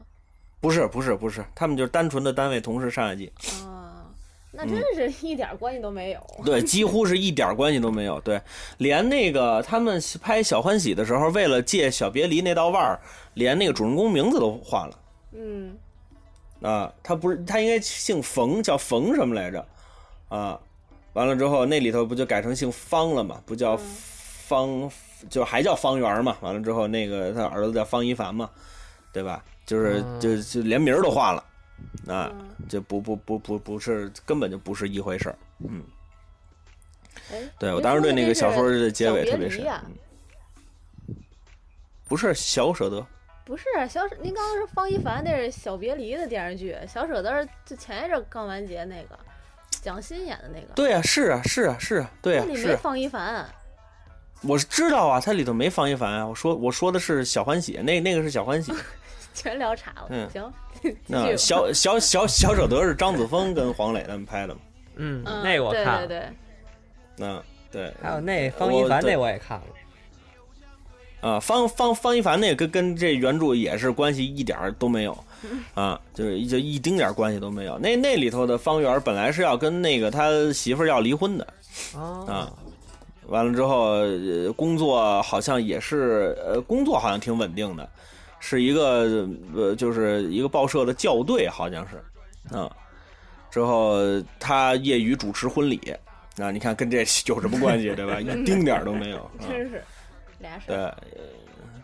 Speaker 1: 不是不是不是，他们就是单纯的单位同事上下级，
Speaker 3: 啊，
Speaker 1: 嗯
Speaker 3: 那真是一点关系都没有。
Speaker 1: 对，几乎是一点关系都没有，对，连那个他们拍《小欢喜》的时候，为了借《小别离》那道腕儿，连那个主人公名字都换了。
Speaker 3: 嗯，
Speaker 1: 啊，他不是他应该姓冯，叫冯什么来着？啊，完了之后那里头不就改成姓方了嘛？不
Speaker 3: 嗯
Speaker 1: 叫方，就还叫方圆嘛？完了之后那个他儿子叫方一凡嘛，对吧？就是
Speaker 2: 嗯
Speaker 1: 就就连名儿都换了，啊
Speaker 3: 嗯，
Speaker 1: 就不不不不不是根本就不是一回事儿。
Speaker 3: 哎，
Speaker 1: 对我
Speaker 3: 您
Speaker 1: 当时
Speaker 3: 说
Speaker 1: 对
Speaker 3: 的
Speaker 1: 那个
Speaker 3: 这
Speaker 1: 小
Speaker 3: 是
Speaker 1: 说的结
Speaker 3: 小
Speaker 1: 尾
Speaker 3: 别
Speaker 1: 特别
Speaker 3: 离
Speaker 1: 深。
Speaker 3: 呀
Speaker 1: 嗯不是小舍得，
Speaker 3: 不是小舍，您刚刚说方一凡那是《小别离》的电视剧，小舍得就前一阵刚完结那个，蒋欣演的那个，
Speaker 1: 对呀、是啊，是啊，是啊，对呀、
Speaker 3: 那里
Speaker 1: 是
Speaker 3: 没
Speaker 1: 啊
Speaker 3: 方一凡。
Speaker 1: 我是知道啊，它里头没方一凡啊。我说我说的是小欢喜，那那个是小欢喜，
Speaker 3: 全聊岔了，
Speaker 1: 嗯
Speaker 3: 行，
Speaker 1: 那
Speaker 3: 继续吧
Speaker 1: 小小小小舍得是张子枫跟黄磊他们拍的嘛？
Speaker 2: 嗯，
Speaker 3: 嗯，
Speaker 2: 那个我看
Speaker 3: 对对
Speaker 2: 了，
Speaker 3: 对，
Speaker 1: 嗯，对。
Speaker 2: 还有那方一
Speaker 1: 我
Speaker 2: 凡
Speaker 1: 对
Speaker 2: 那我也看了，
Speaker 1: 啊，方方方一凡那个跟跟这原著也是关系一点儿都没有，啊，就是一就一丁点儿关系都没有。那那里头的方圆本来是要跟那个他媳妇儿要离婚的，
Speaker 2: 哦
Speaker 1: 啊，完了之后，呃工作好像也是，呃，工作好像挺稳定的，是一个呃，就是一个报社的校对，好像是，嗯。之后他业余主持婚礼，啊，你看跟这有什么关系，对吧？一丁点儿都没有。啊
Speaker 3: 真是俩事
Speaker 1: 对，
Speaker 3: 儿。
Speaker 1: 呃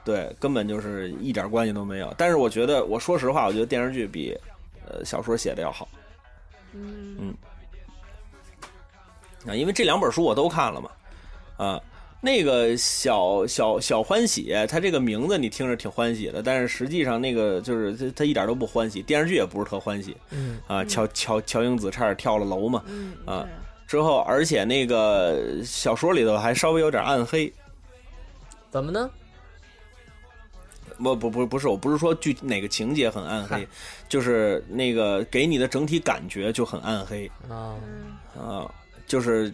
Speaker 1: 对，根本就是一点关系都没有。但是我觉得，我说实话，我觉得电视剧比呃小说写的要好
Speaker 3: 嗯
Speaker 1: 啊，因为这两本书我都看了嘛，啊。那个小小小欢喜，它这个名字你听着挺欢喜的，但是实际上那个就是它它一点都不欢喜，电视剧也不是特欢喜
Speaker 2: 嗯，
Speaker 1: 啊。乔乔乔英子差点跳了楼嘛，
Speaker 3: 嗯
Speaker 1: 啊之后而且那个小说里头还稍微有点暗黑，
Speaker 2: 怎么呢？
Speaker 1: 不不不不是，我不是说具体哪个情节很暗黑
Speaker 2: 嗨，
Speaker 1: 就是那个给你的整体感觉就很暗黑
Speaker 2: 啊，
Speaker 3: 嗯
Speaker 1: 啊、就是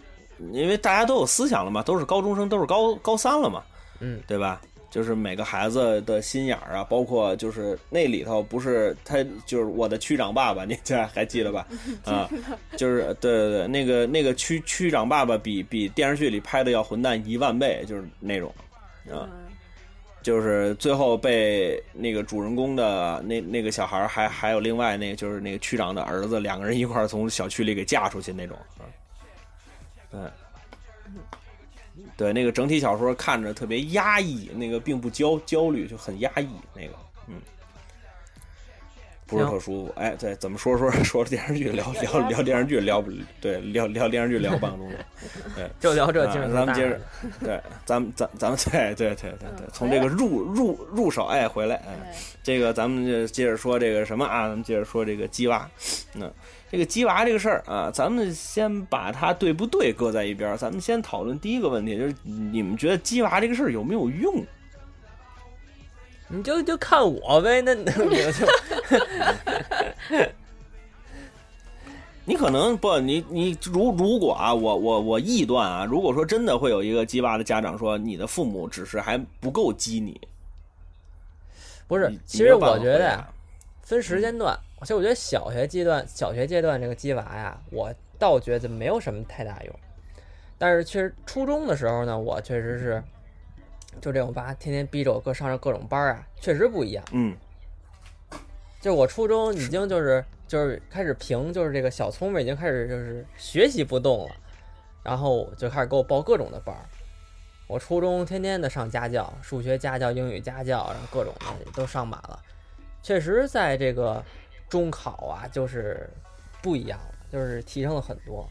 Speaker 1: 因为大家都有思想了嘛，都是高中生，都是高高三了嘛，
Speaker 2: 嗯，
Speaker 1: 对吧？就是每个孩子的心眼儿啊，包括就是那里头不是他就是我的区长爸爸，你这还记得吧？啊，就是对对对，那个那个区区长爸爸比比电视剧里拍的要混蛋一万倍，就是那种啊。
Speaker 3: 嗯
Speaker 1: 就是最后被那个主人公的那那个小孩儿，还还有另外那个就是那个区长的儿子，两个人一块儿从小区里给架出去那种。嗯，对，那个整体小说看着特别压抑，那个并不焦焦虑，就很压抑那个，嗯，不是特舒服。哎，对，怎么说说说电视剧聊聊聊电视剧聊不对聊聊电视剧聊半个钟 头。
Speaker 2: 就聊这劲
Speaker 1: 啊
Speaker 2: 儿挺
Speaker 1: 咱
Speaker 2: 大
Speaker 1: 们接
Speaker 2: 的
Speaker 1: 着，对，咱们咱咱们对对对对对
Speaker 3: 嗯，
Speaker 1: 从
Speaker 3: 回
Speaker 1: 这
Speaker 3: 来
Speaker 1: 个入入入手哎回来，哎，
Speaker 3: 哎
Speaker 1: 这个咱们就接着说这个什么啊，咱们接着说这个鸡娃，嗯，这个鸡娃这个事儿啊，咱们先把它对不对搁在一边儿，咱们先讨论第一个问题，就是你们觉得鸡娃这个事儿有没有用？
Speaker 2: 你就就看我呗，那那你就
Speaker 1: 你可能不，你你如如果啊，我我我臆断啊，如果说真的会有一个鸡娃的家长说你的父母只是还不够激你，
Speaker 2: 不是
Speaker 1: 你。你
Speaker 2: 其实
Speaker 1: 没有办
Speaker 2: 我
Speaker 1: 法
Speaker 2: 觉
Speaker 1: 回
Speaker 2: 得
Speaker 1: 答
Speaker 2: 呀，分时间段，其实我觉得小学阶段、小学阶段这个鸡娃呀，我倒觉得没有什么太大用。但是确实初中的时候呢，我确实是就这种吧，天天逼着我哥上着各种班儿啊，确实不一样。
Speaker 1: 嗯。
Speaker 2: 就是我初中已经就是就是开始评，就是这个小聪明已经开始就是学习不动了，然后就开始给我报各种的班儿。我初中天天的上家教，数学家教、英语家教，然后各种的都上满了。确实，在这个中考啊，就是不一样了，就是提升了很多，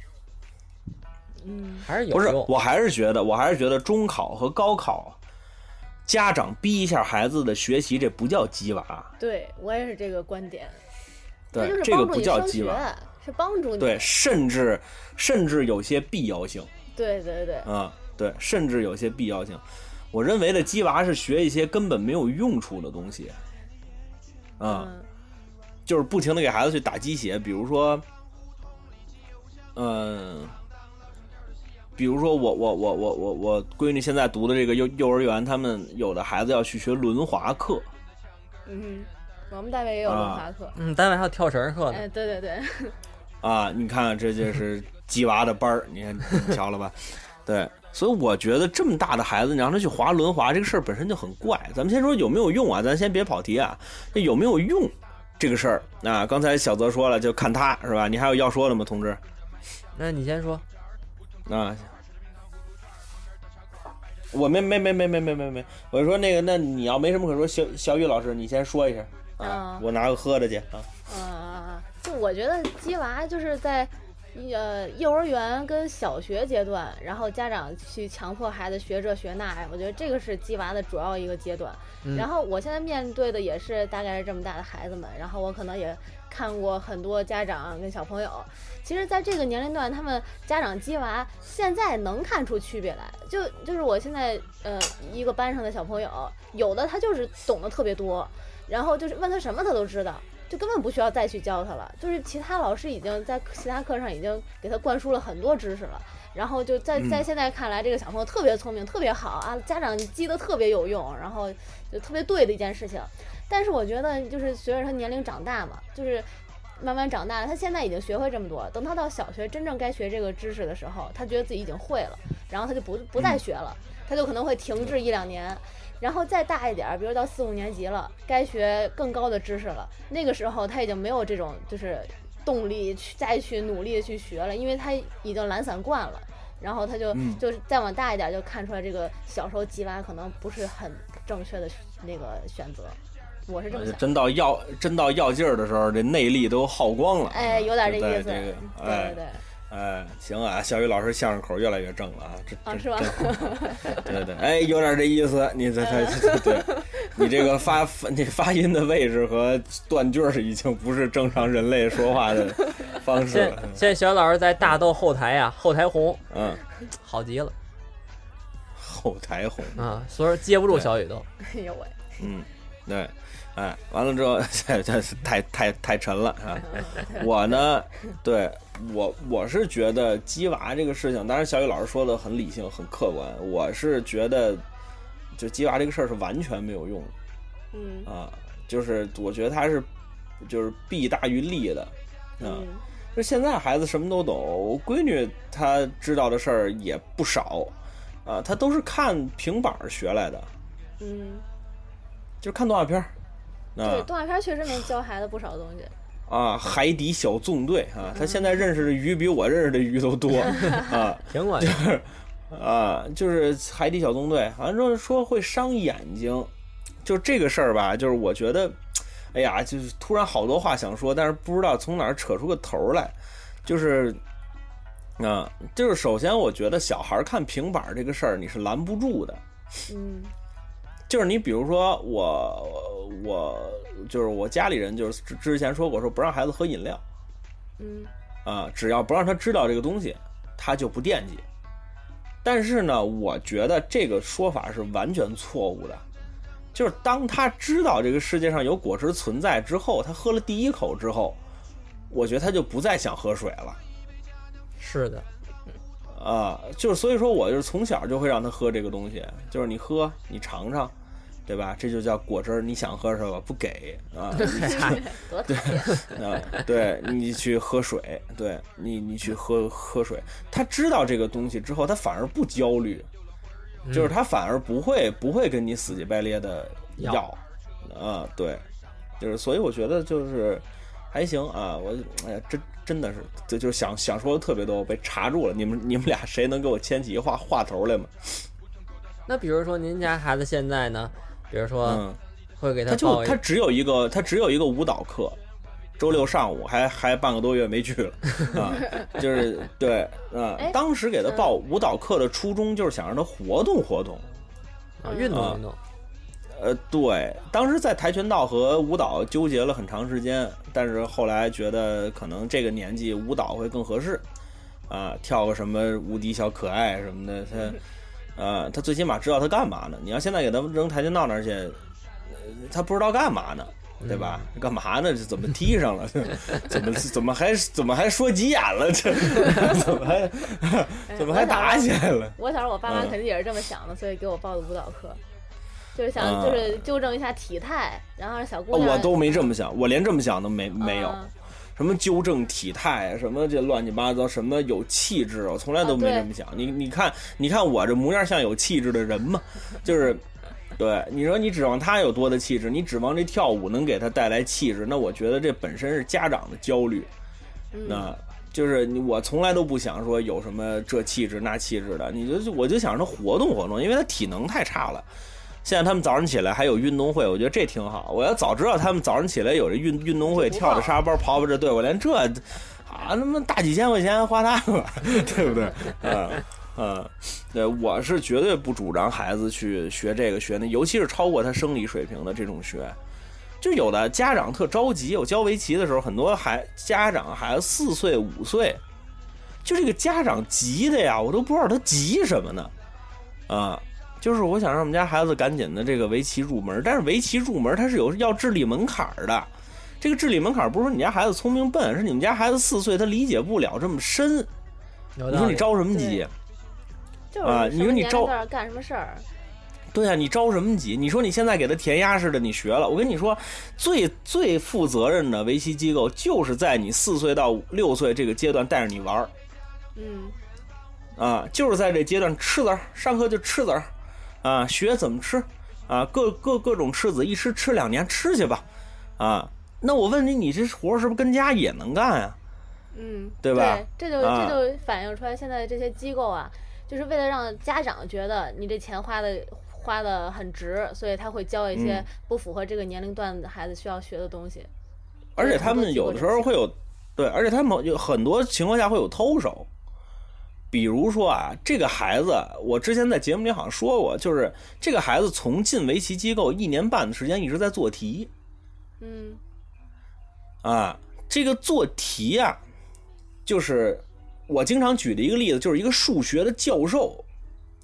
Speaker 3: 嗯
Speaker 2: 还是有
Speaker 1: 不是
Speaker 2: 用。，
Speaker 1: 我还是觉得，我还是觉得中考和高考，家长逼一下孩子的学习，这不叫鸡娃，
Speaker 3: 对我也是这个观点，
Speaker 1: 对
Speaker 3: 这，就是
Speaker 1: 这个
Speaker 3: 帮助
Speaker 1: 不
Speaker 3: 你
Speaker 1: 叫
Speaker 3: 升
Speaker 1: 鸡
Speaker 3: 学嗯
Speaker 1: 娃，，
Speaker 3: 是帮助你，
Speaker 1: 对，甚至甚至有些必要性
Speaker 3: 对对对，
Speaker 1: 啊、对，甚至有些必要性。我认为的鸡娃是学一些根本没有用处的东西，啊、
Speaker 3: 嗯
Speaker 1: 就是不停的给孩子去打鸡血，比如说，嗯、比如说我我我我我我闺女现在读的这个幼幼儿园，他们有的孩子要去学轮滑课，
Speaker 3: 嗯哼，我们单位也有轮
Speaker 1: 啊
Speaker 3: 滑课，
Speaker 2: 嗯，单位还有跳绳课呢
Speaker 3: 哎，，对对对，
Speaker 1: 啊，你看这就是鸡娃的班儿，你看你瞧了吧？对，所以我觉得这么大的孩子，你让他去滑轮滑这个事儿本身就很怪。咱们先说有没有用啊，咱先别跑题啊，这有没有用这个事儿啊？刚才小泽说了，就看他是吧？你还有要说的吗，同志？
Speaker 2: 那你先说，
Speaker 1: 啊，我没没没没没没没没，我说那个，那你要没什么可说，小小雨老师，你先说一下啊
Speaker 3: 啊，
Speaker 1: 我拿个喝的去啊。
Speaker 3: 啊，就我觉得鸡娃就是在呃幼儿园跟小学阶段，然后家长去强迫孩子学这学那，哎我觉得这个是鸡娃的主要一个阶段。
Speaker 2: 嗯
Speaker 3: 然后我现在面对的也是大概是这么大的孩子们，然后我可能也看过很多家长跟小朋友，其实在这个年龄段，他们家长鸡娃现在能看出区别来，就就是我现在呃一个班上的小朋友，有的他就是懂得特别多，然后就是问他什么他都知道。就根本不需要再去教他了，就是其他老师已经在其他课上已经给他灌输了很多知识了，然后就在在
Speaker 1: 嗯
Speaker 3: 现在看来，这个小朋友特别聪明，特别好啊，家长记得特别有用，然后就特别对的一件事情。但是我觉得，就是随着他年龄长大嘛，就是慢慢长大了，他现在已经学会这么多了。等他到小学真正该学这个知识的时候，他觉得自己已经会了，然后他就不不再学了，他就可能会停滞一两年，然后再大一点儿，比如到四五年级了，该学更高的知识了，那个时候他已经没有这种就是动力去再去努力地去学了，因为他已经懒散惯了。然后他就、
Speaker 1: 嗯
Speaker 3: 就是再往大一点，就看出来这个小时候鸡娃可能不是很正确的那个选择，我是这么想的。
Speaker 1: 真到要真到要劲儿的时候，这内力都耗光了。
Speaker 3: 哎，有点这
Speaker 1: 就
Speaker 3: 意
Speaker 1: 在
Speaker 3: 思，
Speaker 1: 这个
Speaker 3: 对
Speaker 1: 哎
Speaker 3: 对对，
Speaker 1: 哎，行啊，小雨老师相声口越来越正了啊，这
Speaker 3: 啊
Speaker 1: 这
Speaker 3: 是吧？
Speaker 1: 对对对，哎，有点这意思，你这这这对，你这个发你发音的位置和断句儿已经不是正常人类说话的方式
Speaker 2: 现
Speaker 1: 了。
Speaker 2: 现在小老师在大豆后台啊，后台红
Speaker 1: 嗯，
Speaker 2: 好极了
Speaker 1: 后台红，
Speaker 2: 啊，所以说接不住
Speaker 1: 对
Speaker 2: 小雨都。
Speaker 3: 哎呦喂，
Speaker 1: 嗯，对，哎，完了之后， 这这是太太太沉了 啊！我呢，对我我是觉得鸡娃这个事情，当然小雨老师说的很理性、很客观，我是觉得就鸡娃这个事儿是完全没有用的。
Speaker 3: 嗯
Speaker 1: 啊，就是我觉得他是就是弊大于利的，啊，
Speaker 3: 嗯
Speaker 1: 就现在孩子什么都懂，我闺女她知道的事儿也不少，啊，她都是看平板儿学来的，
Speaker 3: 嗯，
Speaker 1: 就是看动画片儿，
Speaker 3: 对，
Speaker 1: 啊
Speaker 3: 动画片确实能教孩子不少东西，
Speaker 1: 啊，海底小纵队啊，她现在认识的鱼比我认识的鱼都多啊
Speaker 2: 挺管
Speaker 1: 啊，就是海底小纵队，好像说说会伤眼睛，就这个事儿吧，就是我觉得，哎呀，就是突然好多话想说，但是不知道从哪儿扯出个头儿来，就是，啊、就是首先我觉得小孩儿看平板儿这个事儿你是拦不住的，
Speaker 3: 嗯
Speaker 1: 就是你比如说我我就是我家里人就是之之前说过说不让孩子喝饮料
Speaker 3: 嗯
Speaker 1: 啊、只要不让他知道这个东西，他就不惦记。但是呢，我觉得这个说法是完全错误的。就是当他知道这个世界上有果汁存在之后，他喝了第一口之后，我觉得他就不再想喝水了
Speaker 2: 是的，
Speaker 1: 啊、就是所以说，我就是从小就会让他喝这个东西，就是你喝，你尝尝，对吧？这就叫果汁儿，你想喝什么不给啊？
Speaker 3: 多讨厌，
Speaker 1: 啊，对你去喝水，对你你去喝喝水。他知道这个东西之后，他反而不焦虑，就是他反而不会不会跟你死乞白咧的
Speaker 2: 要
Speaker 1: 要，啊，对，就是所以我觉得就是还行啊，我哎呀真真的是就就想想说的特别多，我被查住了。你们你们俩谁能给我牵起一话话头来吗？
Speaker 2: 那比如说您家孩子现在呢，比如说
Speaker 1: 嗯，
Speaker 2: 会给
Speaker 1: 他就
Speaker 2: 报一
Speaker 1: 他只有一个他只有一个舞蹈课，周六上午还还半个多月没去了啊，就是对啊
Speaker 3: 哎，
Speaker 1: 当时给他报舞蹈课的初衷就是想让他活动活动。
Speaker 2: 啊运动运动，
Speaker 1: 呃，对，当时在跆拳道和舞蹈纠结了很长时间，但是后来觉得可能这个年纪舞蹈会更合适，啊、跳个什么无敌小可爱什么的，他，呃，他最起码知道他干嘛呢。你要现在给他扔跆拳道那儿去，呃他不知道干嘛呢，对吧？干嘛呢？这怎么踢上了？ 怎么怎么还怎么还说急眼了？ 这怎么还 怎么还打起来了？
Speaker 3: 我小时候我爸妈
Speaker 1: 嗯
Speaker 3: 肯定也是这么想的，所以给我报的舞蹈课，就是
Speaker 1: 啊
Speaker 3: 想就是纠正一下体态，然后让小姑娘
Speaker 1: 哦我都没这么想，我连这么想都没没有。
Speaker 3: 啊
Speaker 1: 什么纠正体态，什么这乱七八糟，什么有气质，我从来都没
Speaker 3: 啊对
Speaker 1: 这么想。你你看，你看我这模样像有气质的人 吗？就是，对你说你指望他有多的气质，你指望这跳舞能给他带来气质，那我觉得这本身是家长的焦虑。
Speaker 3: 嗯
Speaker 1: 那就是你我从来都不想说有什么这气质那气质的，你就我就想让他活动活动，因为他体能太差了。现在他们早上起来还有运动会，我觉得这挺好。我要早知道他们早上起来有这运运动会，
Speaker 3: 就不
Speaker 1: 跳
Speaker 3: 报
Speaker 1: 着沙包，跑跑这，对我连这啊他妈大几千块钱花它了， 对不对？嗯嗯，对，我是绝对不主张孩子去学这个学那，尤其是超过他生理水平的这种学。就有的家长特着急，我教围棋的时候，很多孩家长孩子四岁五岁，就这个家长急的呀，我都不知道他急什么呢，啊，就是我想让我们家孩子赶紧的这个围棋入门，但是围棋入门它是有要智力门槛儿的，这个智力门槛儿不是说你家孩子聪明笨，是你们家孩子四岁他理解不了这么深，
Speaker 2: 有
Speaker 1: 你
Speaker 2: 道
Speaker 1: 说
Speaker 2: 理
Speaker 1: 你着什么急
Speaker 3: 对？就是
Speaker 1: 啊
Speaker 3: 什
Speaker 1: 你
Speaker 3: 么
Speaker 1: 说你
Speaker 3: 年龄
Speaker 1: 招
Speaker 3: 段儿干什么事儿，
Speaker 1: 对啊，你着什么急？你说你现在给他填鸭似的，你学了。我跟你说，最最负责任的围棋机构，就是在你四岁到六岁这个阶段带着你玩儿
Speaker 3: 嗯
Speaker 1: 啊，就是在这阶段吃子儿，上课就吃子儿啊，学怎么吃啊，各各各种吃子，一吃吃两年，吃去吧啊。那我问你，你这活儿是不是跟家也能干啊？
Speaker 3: 嗯，
Speaker 1: 对吧
Speaker 3: 这就
Speaker 1: 啊
Speaker 3: 这就反映出来现在这些机构啊，就是为了让家长觉得你这钱花的花的很值，所以他会教一些
Speaker 1: 嗯
Speaker 3: 不符合这个年龄段的孩子需要学的东西。
Speaker 1: 而且他们有的时候会有，对，而且他们有很多情况下会有偷手，比如说啊，这个孩子，我之前在节目里好像说过，就是这个孩子从进围棋机构一年半的时间一直在做题
Speaker 3: 嗯
Speaker 1: 啊，这个做题啊，就是我经常举的一个例子，就是一个数学的教授，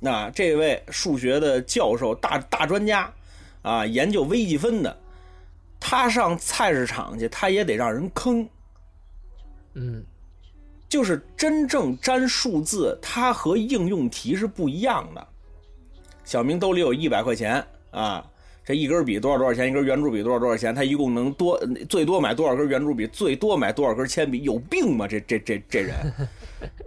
Speaker 1: 那这位数学的教授大大专家啊，研究微积分的，他上菜市场去，他也得让人坑。
Speaker 2: 嗯，
Speaker 1: 就是真正粘数字，它和应用题是不一样的。小明兜里有一百块钱啊，这一根笔多少多少钱，一根圆珠笔多少多少钱，他一共能多最多买多少根圆珠笔，最多买多少根铅笔，有病吗？这这这这人，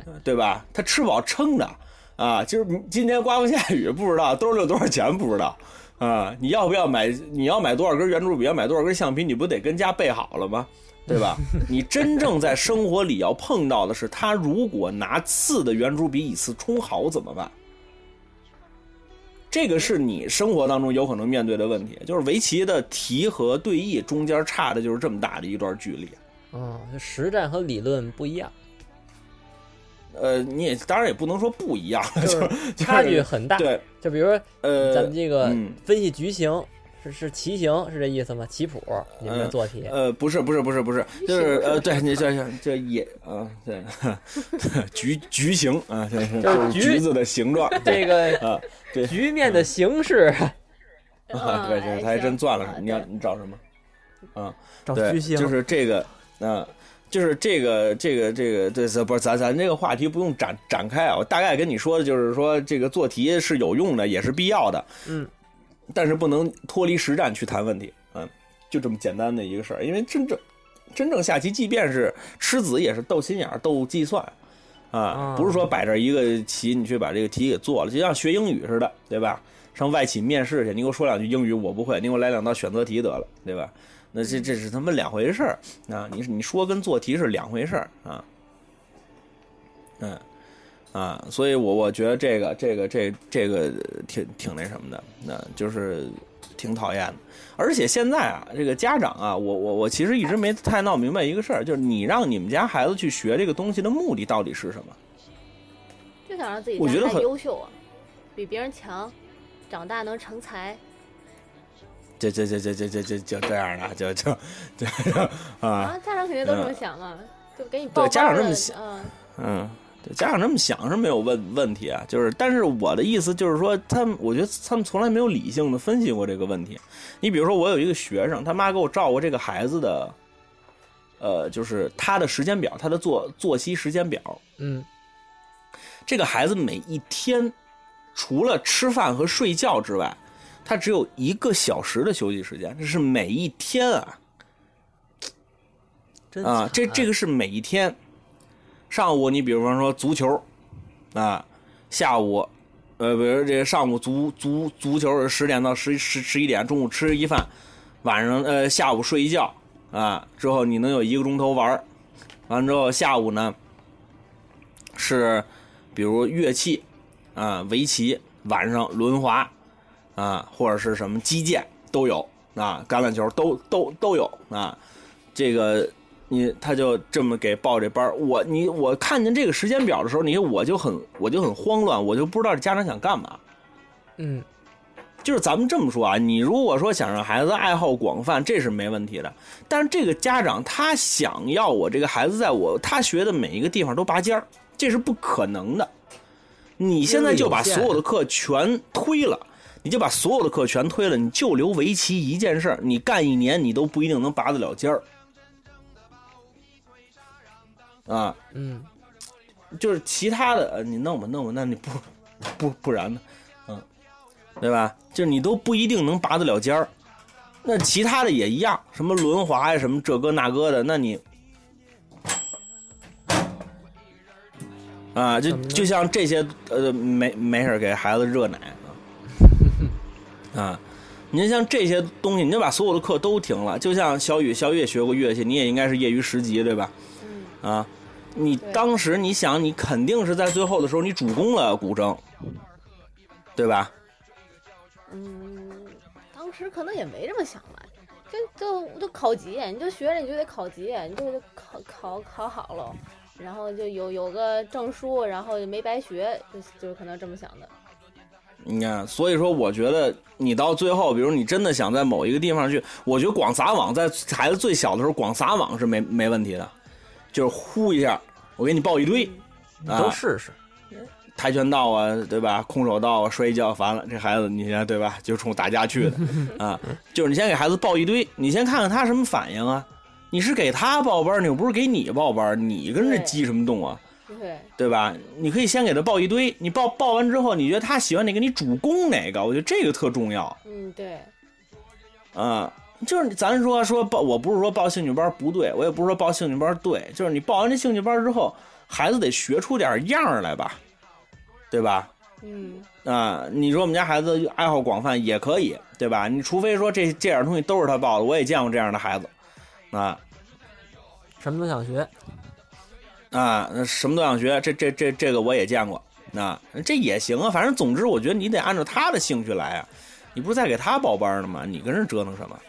Speaker 1: 对吧？他吃饱撑的啊，就是今天刮风下雨不知道，兜里有多少钱不知道啊？你要不要买？你要买多少根圆珠笔，要买多少根橡皮，你不得跟家备好了吗？对 吧？你真正在生活里要碰到的是，他如果拿次的圆珠笔以次充好怎么办？这个是你生活当中有可能面对的问题，就是围棋的题和对弈中间差的就是这么大的一段距离。
Speaker 2: 哦，就实战和理论不 一样，
Speaker 1: 呃，你也当然也不能说不一样，
Speaker 2: 就
Speaker 1: 就是
Speaker 2: 差距很大。
Speaker 1: 对，
Speaker 2: 就比如说
Speaker 1: 呃，
Speaker 2: 咱们这个
Speaker 1: 嗯
Speaker 2: 分析局形是是棋形是这意思吗？棋谱你们这
Speaker 1: 嗯
Speaker 2: 做题，
Speaker 1: 呃，不是，不是，不是，不是，就是呃，对，你这这这也啊，对， 橘橘形啊，对，是
Speaker 2: 就是
Speaker 1: 就是
Speaker 2: 橘
Speaker 1: 橘子的形状，对
Speaker 2: 这个
Speaker 1: 啊，对，
Speaker 2: 局面的形式
Speaker 1: 嗯
Speaker 3: 嗯
Speaker 1: 啊， 对，
Speaker 3: 哎
Speaker 1: 这他还真攥了
Speaker 3: 啊
Speaker 1: 什么？你要你找什么？
Speaker 2: 找
Speaker 1: 对，
Speaker 2: 局形，
Speaker 1: 就是这个，嗯、就是这个这个这个，对，不是咱咱这个话题不用展展开啊，我大概跟你说的就是说，这个做题是有用的，也是必要的，
Speaker 2: 嗯，
Speaker 1: 但是不能脱离实战去谈问题，嗯，就这么简单的一个事儿，因为真正真正下棋，即便是吃子，也是斗心眼儿、斗计算。啊，
Speaker 2: 啊
Speaker 1: 不是说摆这一个棋，你去把这个题给做了，就像学英语似的，对吧？上外企面试去，你给我说两句英语，我不会，你给我来两道选择题得了，对吧？那这这是他妈两回事儿啊！你你说跟做题是两回事儿啊，嗯啊，所以我我觉得这个这个这这个挺挺那什么的，那就是挺讨厌的。而且现在啊，这个家长啊，我我我其实一直没太闹明白一个事儿，就是你让你们家孩子去学这个东西的目的到底是什么？
Speaker 3: 就想让自己
Speaker 1: 我觉得
Speaker 3: 家孩子
Speaker 1: 很
Speaker 3: 优秀啊，比别人强，长大能成才。
Speaker 1: 这这这这这这这就这样的，就就就啊，嗯
Speaker 3: 啊，家长肯定都这么想嘛，就给你报
Speaker 1: 对家长
Speaker 3: 班
Speaker 1: 这
Speaker 3: 儿
Speaker 1: 么
Speaker 3: 的
Speaker 1: 想
Speaker 3: 嗯，
Speaker 1: 嗯，对家长这么想是没有问问题啊，就是，但是我的意思就是说，他们我觉得他们从来没有理性的分析过这个问题。你比如说，我有一个学生，他妈给我照过这个孩子的，呃，就是他的时间表，他的作作息时间表，
Speaker 2: 嗯，
Speaker 1: 这个孩子每一天除了吃饭和睡觉之外，他只有一个小时的休息时间，这是每一天啊
Speaker 2: 真哎
Speaker 1: 啊，这这
Speaker 2: 个
Speaker 1: 个是每一天。上午你比方说足球，啊，下午，呃，比如这个上午足足足球十点到十十十一点，中午吃一饭，晚上呃下午睡一觉啊，之后你能有一个钟头玩儿，完之后下午呢是比如乐器啊、围棋，晚上轮滑啊，或者是什么击剑都有啊，橄榄球都都都有啊，这个。你他就这么给报这班儿我你我看见这个时间表的时候，你我就很我就很慌乱，我就不知道这家长想干嘛。
Speaker 2: 嗯
Speaker 1: 就是咱们这么说啊，你如果说想让孩子爱好广泛，这是没问题的。但是这个家长他想要我这个孩子在我他学的每一个地方都拔尖儿，这是不可能的。你现在就把所有的课全推了，你就把所有的课全推了，你就留围棋一件事儿，你干一年你都不一定能拔得了尖儿。啊，
Speaker 2: 嗯，
Speaker 1: 就是其他的，呃你弄吧弄吧，那你不不不然呢？嗯，对吧？就是你都不一定能拔得了尖儿。那其他的也一样，什么轮滑呀，什么这个那个的，那你啊，就
Speaker 2: 怎么了
Speaker 1: 就像这些呃，没没事儿给孩子热奶 啊啊。您像这些东西，你就把所有的课都停了。就像小雨，小雨也学过乐器，你也应该是业余十级对吧？
Speaker 3: 嗯，
Speaker 1: 啊，你
Speaker 3: 对
Speaker 1: 当时你想，你肯定是在最后的时候你主攻了古筝，对吧？
Speaker 3: 嗯，当时可能也没这么想吧，就就就考级，你就学着你就得考级，你就得考考考好了，然后就有有个证书，然后就没白学，就就可能这么想的。
Speaker 1: 你看，所以说，我觉得你到最后，比如你真的想在某一个地方去，我觉得广撒网在孩子最小的时候，广撒网是没没问题的，就是呼一下，我给你报一堆，
Speaker 2: 你
Speaker 1: 啊
Speaker 2: 都试试。
Speaker 1: 跆拳道啊，对吧？空手道啊，摔一跤，完了，这孩子你先对吧？就冲打架去的啊，就是你先给孩子报一堆，你先看看他什么反应啊。你是给他报班儿，你又不是给你报班儿，你跟这
Speaker 3: 对
Speaker 1: 激什么动啊？
Speaker 3: 对，
Speaker 1: 对吧？你可以先给他报一堆，你报报完之后，你觉得他喜欢哪个，你主攻哪个，我觉得这个特重要。
Speaker 3: 嗯对，
Speaker 1: 啊，就是咱说说报，我不是说报兴趣班不对，我也不是说报兴趣班对，就是你报完这兴趣班之后，孩子得学出点样儿来吧，对吧？
Speaker 3: 嗯
Speaker 1: 啊，你说我们家孩子爱好广泛也可以，对吧？你除非说这这点东西都是他报的，我也见过这样的孩子，啊
Speaker 2: 什么都想学，
Speaker 1: 啊，什么都想学，这这这这个我也见过，啊，这也行啊，反正总之我觉得你得按照他的兴趣来啊，你不是在给他报班呢吗？你跟人折腾什么？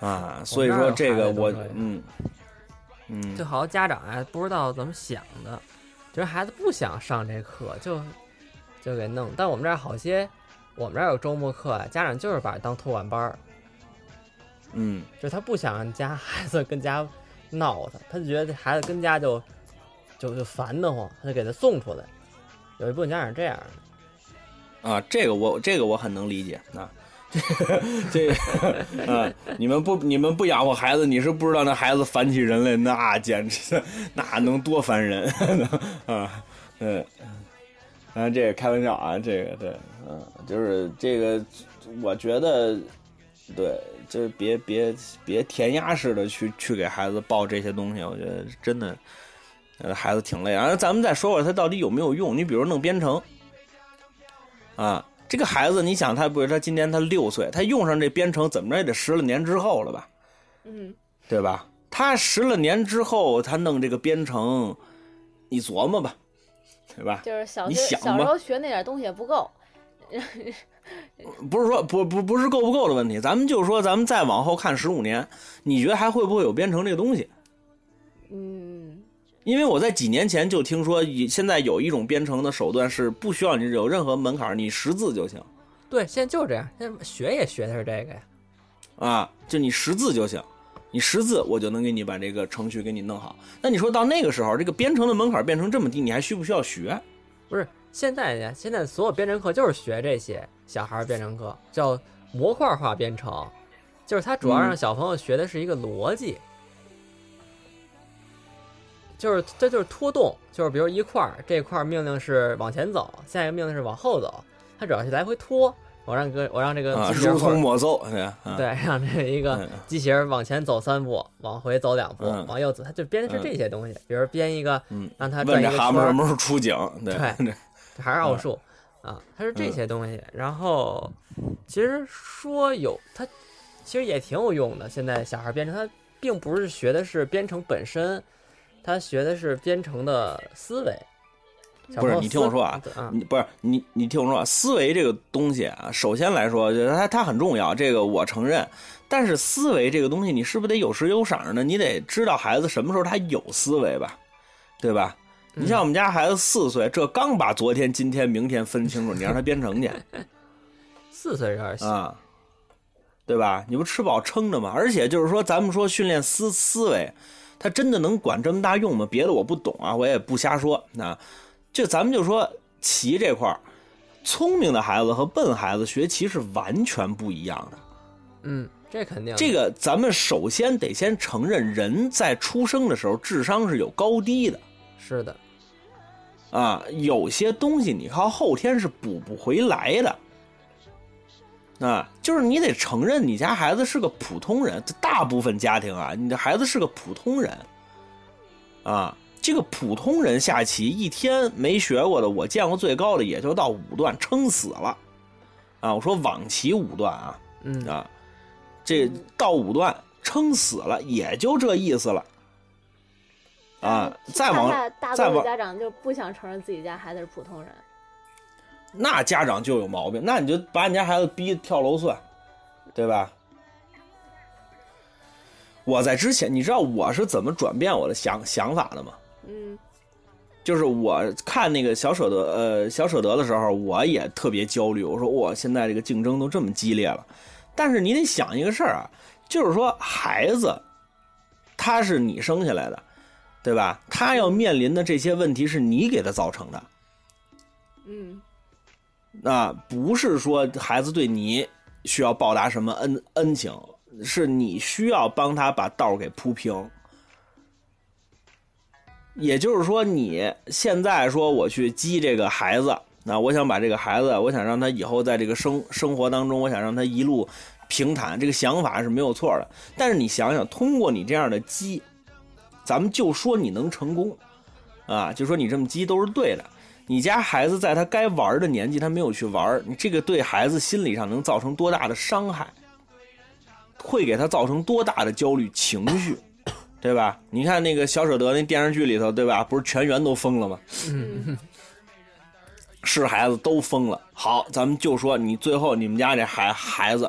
Speaker 1: 啊，所以说这个
Speaker 2: 我
Speaker 1: 我
Speaker 2: 那儿孩子都这样
Speaker 1: 嗯嗯
Speaker 2: 就好多家长啊不知道怎么想的，就是孩子不想上这课就就给弄。但我们这儿好些，我们这儿有周末课啊，家长就是把它当托管班儿，
Speaker 1: 嗯，
Speaker 2: 就是他不想让家 孩子跟家闹腾，他就觉得这孩子跟家就就就烦得慌，他就给他送出来。有一部分家长这样，
Speaker 1: 啊，这个我这个我很能理解啊。 这个，这个，啊，你们不你们不养活孩子，你是不知道那孩子烦起人来，那简直，那能多烦人啊！嗯，当然这个开玩笑啊，这个对，嗯、就是这个，我觉得，对，就是别别别填鸭式的去去给孩子报这些东西，我觉得真的，呃，孩子挺累。然后咱们再说说他到底有没有用，你比如弄编程，啊，这个孩子，你想他，比如他今年他六岁，他用上这编程，怎么着也得十来年之后了吧，
Speaker 3: 嗯
Speaker 1: 对吧？他十来年之后，他弄这个编程，你琢磨吧，对吧？
Speaker 3: 就是小
Speaker 1: 你
Speaker 3: 时
Speaker 1: 想
Speaker 3: 小时
Speaker 1: 吧
Speaker 3: 候学那点东西也不够。
Speaker 1: 不是说不不不是够不够的问题，咱们就说咱们再往后看十五年，你觉得还会不会有编程这个东西？
Speaker 3: 嗯
Speaker 1: 因为我在几年前就听说，以现在有一种编程的手段是不需要你有任何门槛，你识字就行
Speaker 2: 对，现在就是这样，现在学也学的是这个呀。
Speaker 1: 啊，就你识字就行，你识字我就能给你把这个程序给你弄好。那你说到那个时候，这个编程的门槛变成这么低，你还需不需要学？
Speaker 2: 不是现在呀，现在所有编程课就是学这些小孩儿编程课，叫模块化编程，就是它主要让
Speaker 1: 嗯
Speaker 2: 小朋友学的是一个逻辑，就是这就是拖动，就是比如一块儿这块儿命令是往前走，下一个命令是往后走，它主要是来回拖，我让个我让这个
Speaker 1: 啊，
Speaker 2: 机器人
Speaker 1: 如
Speaker 2: 或者
Speaker 1: 同抹奏，对吧啊，
Speaker 2: 对，让这一个
Speaker 1: 嗯
Speaker 2: 机器人往前走三步，往回走两步，
Speaker 1: 嗯
Speaker 2: 往右走，它就编的是这些东西，比如编一个
Speaker 1: 嗯，
Speaker 2: 让它转
Speaker 1: 问
Speaker 2: 一
Speaker 1: 这
Speaker 2: 个圈
Speaker 1: 蛤蟆什
Speaker 2: 儿。
Speaker 1: 么时候出井？对
Speaker 2: 对还是奥
Speaker 1: 嗯
Speaker 2: 数啊，它是这些东西。然后其实说有它，其实也挺有用的。现在小孩编程，他并不是学的是编程本身，他学的是编程的思维。小
Speaker 1: 不是
Speaker 2: 朋友
Speaker 1: 你
Speaker 2: 思
Speaker 1: 听我说啊，
Speaker 2: 嗯
Speaker 1: 你不是你，你听我说啊，思维这个东西啊，首先来说，就是它它很重要，这个我承认。但是思维这个东西，你是不是得有时有赏呢？你得知道孩子什么时候他有思维吧，对吧？你
Speaker 2: 嗯
Speaker 1: 像我们家孩子四岁，这刚把昨天、今天、明天分清楚，你让他编程去
Speaker 2: 四岁有点小，
Speaker 1: 啊，对吧？你不吃饱撑着吗？而且就是说，咱们说训练思思维，他真的能管这么大用吗？别的我不懂啊，我也不瞎说啊。就咱们就说棋这块儿，聪明的孩子和笨孩子学棋是完全不一样的。
Speaker 2: 嗯，这肯定的
Speaker 1: 这个咱们首先得先承认，人在出生的时候智商是有高低的。
Speaker 2: 是的，
Speaker 1: 啊，有些东西你靠后天是补不回来的。啊，就是你得承认你家孩子是个普通人，大部分家庭啊，你的孩子是个普通人，啊，这个普通人下棋一天没学过的，我见过最高的也就到五段，撑死了，啊，我说网棋五段啊，
Speaker 2: 嗯
Speaker 1: 啊，这到五段撑死了，也就这意思了，啊，再
Speaker 3: 恰
Speaker 1: 往
Speaker 3: 恰嗯大
Speaker 1: 再
Speaker 3: 多数
Speaker 1: 往
Speaker 3: 家长就不想承认自己家孩子是普通人，
Speaker 1: 那家长就有毛病，那你就把你家孩子逼跳楼算，对吧？我在之前，你知道我是怎么转变我的想想法的吗？
Speaker 3: 嗯
Speaker 1: 就是我看那个小舍得，呃，小舍得的时候，我也特别焦虑。我说，哇，现在这个竞争都这么激烈了，但是你得想一个事儿啊，就是说孩子，他是你生下来的，对吧？他要面临的这些问题是你给他造成的，
Speaker 3: 嗯，
Speaker 1: 那不是说孩子对你需要报答什么恩恩情，是你需要帮他把道儿给铺平。也就是说，你现在说我去激这个孩子，那我想把这个孩子，我想让他以后在这个生生活当中，我想让他一路平坦，这个想法是没有错的。但是你想想，通过你这样的激，咱们就说你能成功，啊，就说你这么激都是对的。你家孩子在他该玩的年纪，他没有去玩，你这个对孩子心理上能造成多大的伤害？会给他造成多大的焦虑情绪，对吧？你看那个小舍得那电视剧里头，对吧？不是全员都疯了吗？
Speaker 3: 嗯
Speaker 1: 是孩子都疯了。好，咱们就说你最后你们家这孩孩子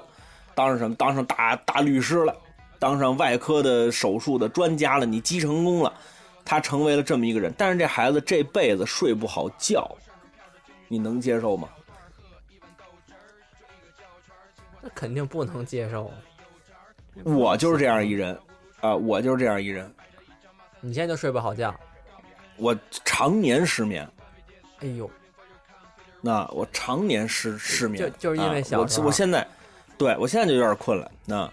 Speaker 1: 当上什么？当上大大律师了，当上外科的手术的专家了，你击成功了，他成为了这么一个人。但是这孩子这辈子睡不好觉，你能接受吗？
Speaker 2: 那肯定不能接受。
Speaker 1: 我就是这样一人，啊、我就是这样一人，
Speaker 2: 你现在就睡不好觉，
Speaker 1: 我常年失眠。
Speaker 2: 哎 呦，
Speaker 1: 那我常年失失眠，
Speaker 2: 就就是因为小
Speaker 1: 啊、
Speaker 2: 时候
Speaker 1: 我我现在，对我现在就有点困了。啊那
Speaker 3: 哎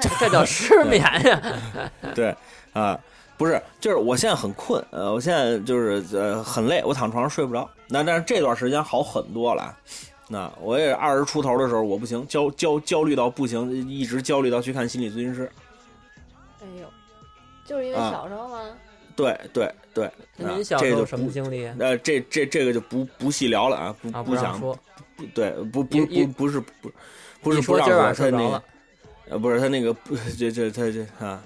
Speaker 2: 这这叫失眠呀！
Speaker 1: 对啊，不是，就是我现在很困，呃，我现在就是呃很累，我躺床上睡不着。那但是这段时间好很多了。那我也二十出头的时候，我不行，焦焦焦虑到不行，一直焦虑到去看心理咨询师。
Speaker 3: 哎呦，就是因为
Speaker 1: 啊
Speaker 3: 小时候吗？
Speaker 1: 对对对，
Speaker 2: 那
Speaker 1: 啊
Speaker 2: 您小
Speaker 1: 这
Speaker 2: 时
Speaker 1: 个
Speaker 2: 候
Speaker 1: 就
Speaker 2: 什么
Speaker 1: 不
Speaker 2: 经历
Speaker 1: 呃，这这这个就不不细聊了啊，不
Speaker 2: 啊？
Speaker 1: 不
Speaker 2: 让
Speaker 1: 想
Speaker 2: 说，
Speaker 1: 不对，不
Speaker 2: 一
Speaker 1: 不
Speaker 2: 一
Speaker 1: 不不是不不是
Speaker 2: 一
Speaker 1: 不
Speaker 2: 说
Speaker 1: 让
Speaker 2: 今儿晚上
Speaker 1: 他
Speaker 2: 睡不
Speaker 1: 那
Speaker 2: 着
Speaker 1: 个
Speaker 2: 了。
Speaker 1: 呃，不是他那个，不 这这他这啊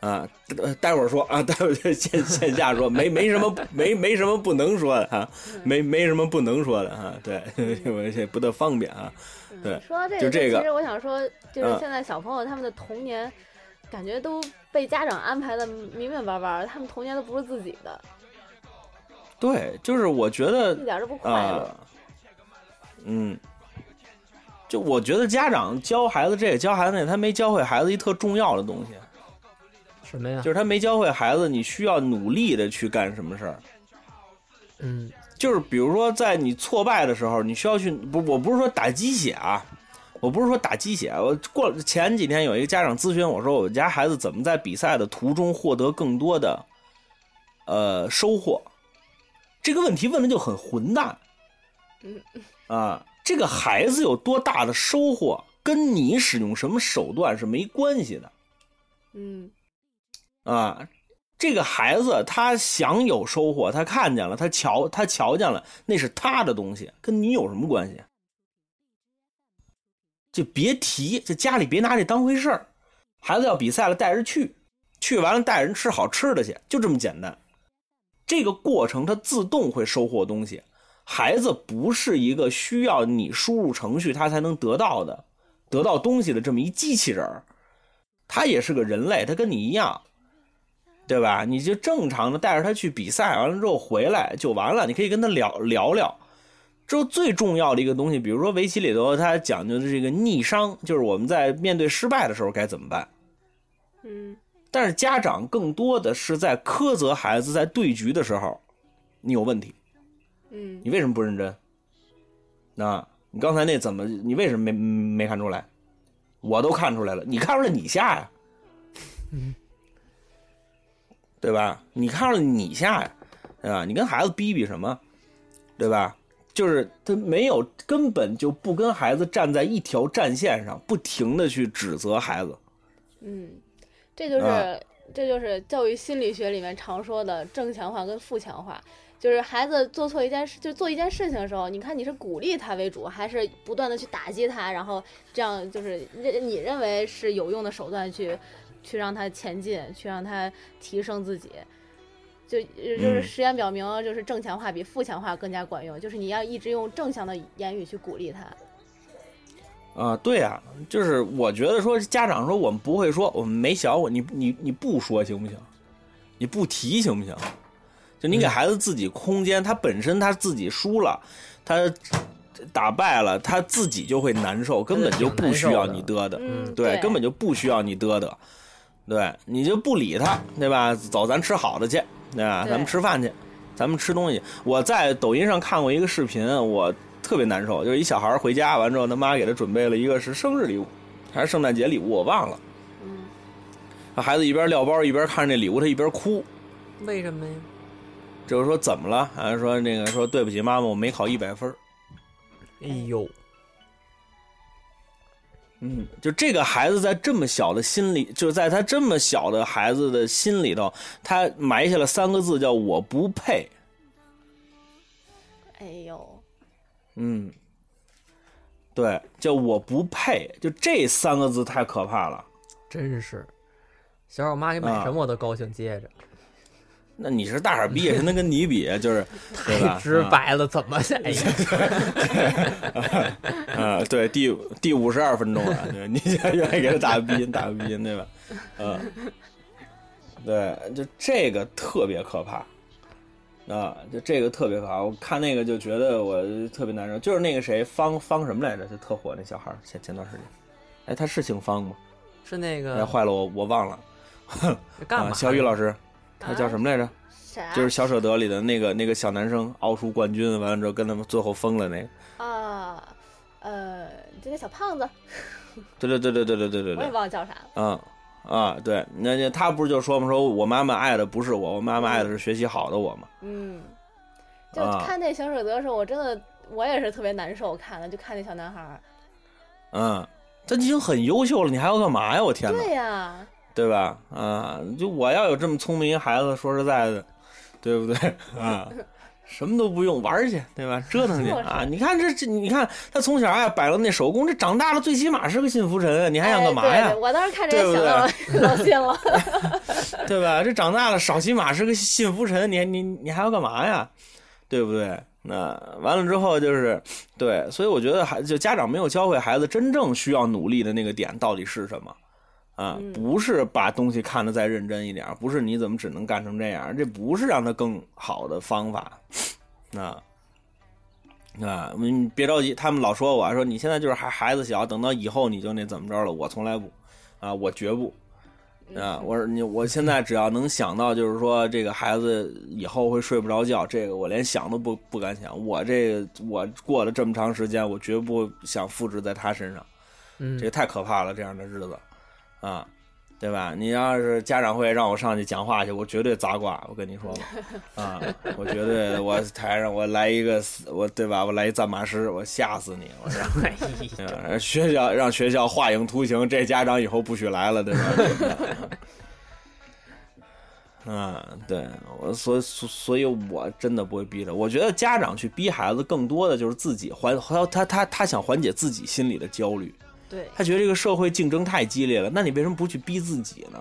Speaker 1: 啊，呃待会儿说啊，待会儿就线线下说，没没什么没没什么不能说的啊，
Speaker 3: 嗯
Speaker 1: 没没什么不能说的啊，对， 我这不太方便啊，
Speaker 3: 嗯
Speaker 1: 对
Speaker 3: 说到这
Speaker 1: 就
Speaker 3: 个，
Speaker 1: 这个
Speaker 3: 其实我想说，就是
Speaker 1: 嗯
Speaker 3: 现在小朋友他们的童年，感觉都被家长安排的明明白白，他们童年都不是自己的，
Speaker 1: 对，就是我觉
Speaker 3: 一
Speaker 1: 得
Speaker 3: 点儿都不快乐。
Speaker 1: 啊，嗯。就我觉得家长教孩子这个教孩子那个，他没教会孩子一特重要的东西，
Speaker 2: 什么呀
Speaker 1: 就？是他没教会孩子你需要努力的去干什么事儿。
Speaker 2: 嗯，
Speaker 1: 就是比如说，在你挫败的时候，你需要去不，我不是说打鸡血啊，我不是说打鸡血啊。我过前几天有一个家长咨询我说，我家孩子怎么在比赛的途中获得更多的呃收获？这个问题问的就很混蛋
Speaker 3: 嗯。
Speaker 1: 啊，这个孩子有多大的收获，跟你使用什么手段是没关系的。
Speaker 3: 嗯
Speaker 1: 啊，这个孩子他想有收获，他看见了，他瞧他瞧见了，那是他的东西，跟你有什么关系？就别提，就家里别拿这当回事儿。孩子要比赛了，带着去，去完了带人吃好吃的去，就这么简单。这个过程他自动会收获东西。孩子不是一个需要你输入程序他才能得到的，得到东西的这么一机器人儿，他也是个人类，他跟你一样，对吧？你就正常的带着他去比赛，完了之后回来就完了。你可以跟他聊聊聊。之后最重要的一个东西，比如说围棋里头，它讲究的这个逆商，就是我们在面对失败的时候该怎么办。
Speaker 3: 嗯
Speaker 1: 但是家长更多的是在苛责孩子在对局的时候，你有问题，
Speaker 3: 嗯
Speaker 1: 你为什么不认真？啊，你刚才那怎么？你为什么没没看出来？我都看出来了，你看出来你下呀，啊对吧？你看出来你下呀，对吧？你跟孩子逼逼什么？对吧？就是他没有根本就不跟孩子站在一条战线上，不停的去指责孩子。
Speaker 3: 嗯，这就是、
Speaker 1: 啊
Speaker 3: 这就是教育心理学里面常说的正强化跟负强化，就是孩子做错一件事，就做一件事情的时候，你看你是鼓励他为主，还是不断的去打击他，然后这样就是你你认为是有用的手段去去让他前进，去让他提升自己。就呃就是
Speaker 1: 嗯
Speaker 3: 实验表明，就是正强化比负强化更加管用，就是你要一直用正向的言语去鼓励他。
Speaker 1: 啊，对啊，就是我觉得说家长说我们不会说，我们没想我你你你不说行不行？你不提行不行？就你给孩子自己空间，他本身他自己输了，他打败了，他自己就会难受，根本就不需要你嘚嘚，
Speaker 3: 嗯，
Speaker 1: 对，根本就不需要你嘚嘚，对，你就不理他，对吧？走，咱吃好的去，对吧？
Speaker 3: 对
Speaker 1: 咱们吃饭去，咱们吃东西。我在抖音上看过一个视频，我特别难受，就是一小孩回家完之后，他妈给他准备了一个是生日礼物还是圣诞节礼物，我忘了。
Speaker 3: 嗯，
Speaker 1: 孩子一边撂包一边看着那礼物，他一边哭，
Speaker 2: 为什么呀？
Speaker 1: 就是说怎么了？啊，说那个说对不起妈妈，我没考一百分儿。
Speaker 2: 哎呦，
Speaker 1: 嗯，就这个孩子在这么小的心里，就是在他这么小的孩子的心里头，他埋下了三个字叫“我不配
Speaker 3: 哎呦，”。
Speaker 1: 嗯，对，叫“我不配”，就这三个字太可怕了。
Speaker 2: 真是，小时候我妈给买
Speaker 1: 啊
Speaker 2: 什么我都高兴接着，
Speaker 1: 那你是大傻逼， 谁能跟你比？啊就是对吧嗯
Speaker 2: 太 直白了，怎么的？ 哎呀，
Speaker 1: 啊、对，第第五十二分钟了，对，你想愿意给他打个鼻音，打个鼻音，对吧？嗯、对，就这个特别可怕啊、就这个特别可怕。我看那个就觉得我特别难受，就是那个谁方方什么来着，就特火那小孩儿，前前段时间，哎，他是姓方吗？
Speaker 2: 是那
Speaker 1: 哎，
Speaker 2: 个
Speaker 1: 坏了，我我忘了
Speaker 2: 干嘛
Speaker 1: 啊。
Speaker 2: 的？
Speaker 1: 小雨老师，他叫什么来着？
Speaker 3: 啥？
Speaker 1: 就是《小舍得》里的那个那个小男生，奥数冠军，完了之后跟他们最后疯了那个。
Speaker 3: 啊，呃，这个小胖子，
Speaker 1: 对对对对对对对对
Speaker 3: 我
Speaker 1: 对
Speaker 3: 也。忘了叫啥了。
Speaker 1: 嗯啊，对，那那他不是就说嘛，说我妈妈爱的不是我，我妈妈爱的是学习好的我嘛。
Speaker 3: 嗯，就
Speaker 1: 啊
Speaker 3: 看那小舍得的时候，我真的我也是特别难受，看了就看那小男孩儿。
Speaker 1: 嗯，他已经很优秀了，你还要干嘛呀？我天哪，
Speaker 3: 对呀、
Speaker 1: 对吧？啊，就我要有这么聪明一孩子，说实在的，对不 对？啊，什么都不用玩儿去，对吧？折 腾去
Speaker 3: 就是
Speaker 1: 啊！你看这这，你看他从小爱摆弄那手工，这长大了最起码是个幸福人啊，你还想干嘛
Speaker 3: 哎、
Speaker 1: 呀？
Speaker 3: 对对，我当时看这
Speaker 1: 对
Speaker 3: 个
Speaker 1: 不
Speaker 3: 想
Speaker 1: 对
Speaker 3: 到了老谢了。
Speaker 1: 对吧？这长大了，少起码是个信福臣，你还你你还要干嘛呀？对不对？那完了之后就是对，所以我觉得孩就家长没有教会孩子真正需要努力的那个点到底是什么啊？
Speaker 3: 嗯
Speaker 1: 不是把东西看得再认真一点，不是你怎么只能干成这样，这不是让他更好的方法啊。啊，你别着急，他们老说我说你现在就是孩孩子小，等到以后你就那怎么着了，我从来不啊，我绝不啊！我说你，我现在只要能想到，就是说这个孩子以后会睡不着觉，这个我连想都不不敢想。我这个我过了这么长时间，我绝不想复制在他身上，
Speaker 2: 嗯
Speaker 1: 这，个太可怕了，这样的日子，啊，对吧？你要是家长会让我上去讲话去，我绝对砸挂，我跟你说吧，啊，我绝对我台上我来一个死，我对吧？我来一战马师，我吓死你！我让
Speaker 2: 哎
Speaker 1: 对吧学校让学校画影图形，这家长以后不许来了，对吧？ 嗯，对我，所以所所以，我真的不会逼他。我觉得家长去逼孩子，更多的就是自己缓，他他他他想缓解自己心里的焦虑。
Speaker 3: 对，
Speaker 1: 他觉得这个社会竞争太激烈了，那你为什么不去逼自己呢？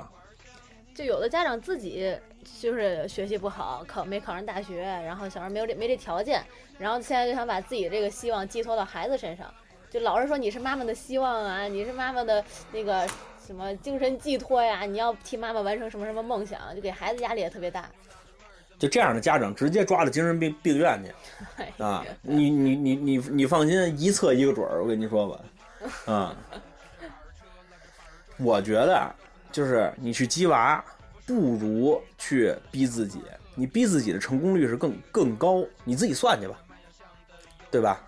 Speaker 3: 就有的家长自己就是学习不好，考没考上大学，然后小孩没有这没这条件，然后现在就想把自己这个希望寄托到孩子身上，就老是说你是妈妈的希望啊，你是妈妈的那个什么精神寄托呀，你要替妈妈完成什么什么梦想，就给孩子压力也特别大。
Speaker 1: 就这样的家长直接抓到精神病病院去
Speaker 3: 哎
Speaker 1: 啊！你你你你你放心，一测一个准儿，我跟你说吧，啊， 我觉得啊就是你去鸡娃，不如去逼自己，你逼自己的成功率是更更高，你自己算去吧，对吧？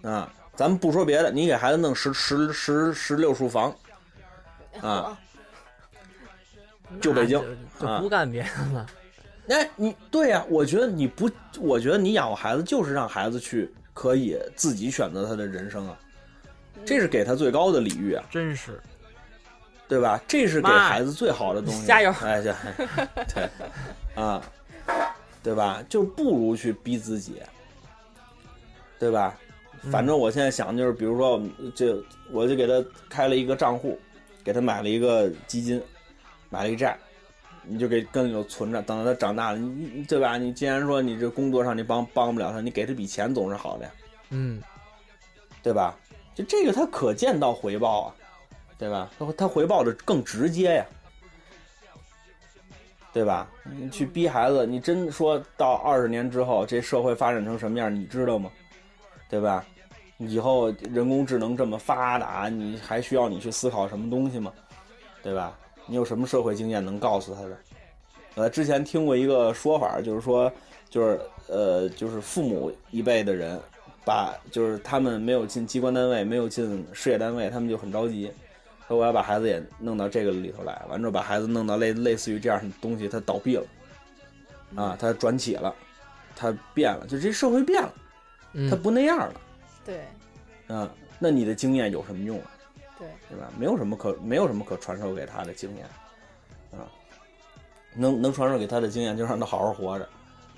Speaker 1: 啊，咱们不说别的，你给孩子弄十十十十六厨房，
Speaker 3: 哦
Speaker 1: 啊，就北京嗯
Speaker 2: 就就不干别的了，
Speaker 1: 那哎你对呀、我觉得你不，我觉得你养活孩子就是让孩子去可以自己选择他的人生啊，这是给他最高的礼遇啊，
Speaker 4: 真是
Speaker 1: 对吧？这是给
Speaker 2: 妈
Speaker 1: 孩子最好的东西。
Speaker 2: 加油
Speaker 1: 哎，对， 对，啊，对吧？就不如去逼自己，对吧？反
Speaker 2: 嗯
Speaker 1: 正我现在想就是，比如说我们这，我就给他开了一个账户，给他买了一个基金，买了一个债，你就给跟里头存着，等到他长大了，你你对吧？你既然说你这工作上你帮帮不了他，你给他笔钱总是好的呀。
Speaker 2: 嗯，
Speaker 1: 对吧？就这个它可见到回报啊，对吧？它它回报的更直接呀，对吧？你去逼孩子，你真说到二十年之后，这社会发展成什么样，你知道吗？对吧？以后人工智能这么发达，你还需要你去思考什么东西吗？对吧？你有什么社会经验能告诉他的？呃，之前听过一个说法，就是说，就是呃，就是父母一辈的人，把就是他们没有进机关单位，没有进事业单位，他们就很着急，说我要把孩子也弄到这个里头来，完之后把孩子弄到类类似于这样的东西，他倒闭了，啊，他转起了，他变了，就这社会变了，
Speaker 2: 嗯
Speaker 1: 他不那样了，
Speaker 3: 对
Speaker 1: 啊，那你的经验有什么用啊？
Speaker 3: 对，
Speaker 1: 对吧？没有什么可没有什么可传授给他的经验，啊，能能传授给他的经验就让他好好活着，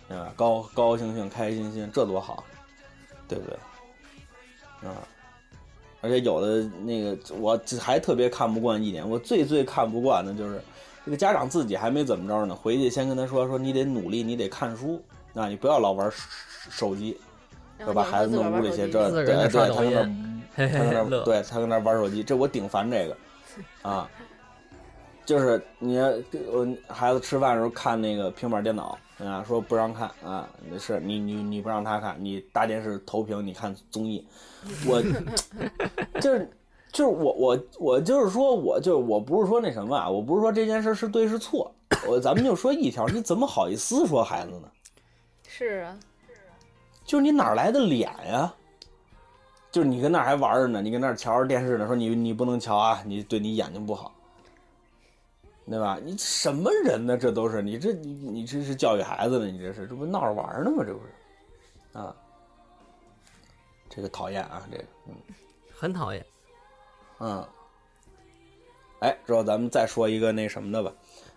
Speaker 1: 对吧？高高高兴兴、开开心心，这多好，对不对？啊，而且有的那个我还特别看不惯一点，我最最看不惯的就是这个家长自己还没怎么着呢，回去先跟他说说你得努力，你得看书，啊，你不要老玩手手机，
Speaker 3: 然
Speaker 1: 要
Speaker 3: 后
Speaker 1: 把
Speaker 3: 你
Speaker 1: 孩
Speaker 3: 儿
Speaker 1: 子
Speaker 3: 子
Speaker 1: 弄
Speaker 3: 玩
Speaker 1: 屋
Speaker 3: 玩
Speaker 1: 里
Speaker 3: 手
Speaker 1: 去，
Speaker 3: 机
Speaker 1: 这
Speaker 2: 自
Speaker 1: 对
Speaker 2: 个儿
Speaker 1: 对，
Speaker 2: 在那
Speaker 1: 他
Speaker 2: 刷
Speaker 1: 跟
Speaker 2: 抖
Speaker 1: 那
Speaker 2: 音嘿
Speaker 1: 他跟那
Speaker 2: 嘿，
Speaker 1: 儿
Speaker 2: 乐，
Speaker 1: 对他跟那儿玩手机，这我顶烦 这个啊。就是你我孩子吃饭的时候看那个平板电脑啊，说不让看啊，是你你你不让他看，你搭电视投屏，你看综 艺，我就是就是我我我就是说我就是我不是说那什么啊，我不是说这件事是对是错，我咱们就说一条，你怎么好意思说孩子呢？
Speaker 3: 是啊，
Speaker 1: 就是你哪儿来的脸呀？就是你跟那儿还玩着呢，你跟那儿瞧着电视呢，说你你不能瞧啊，你对你眼睛不好，对吧？你什么人呢？这都是你这你你这是教育孩子呢？你这是这不闹着玩儿呢吗？这不是啊，这个讨厌啊，这个嗯
Speaker 2: 很讨厌。
Speaker 1: 嗯，哎，之后咱们再说一个那什么的吧，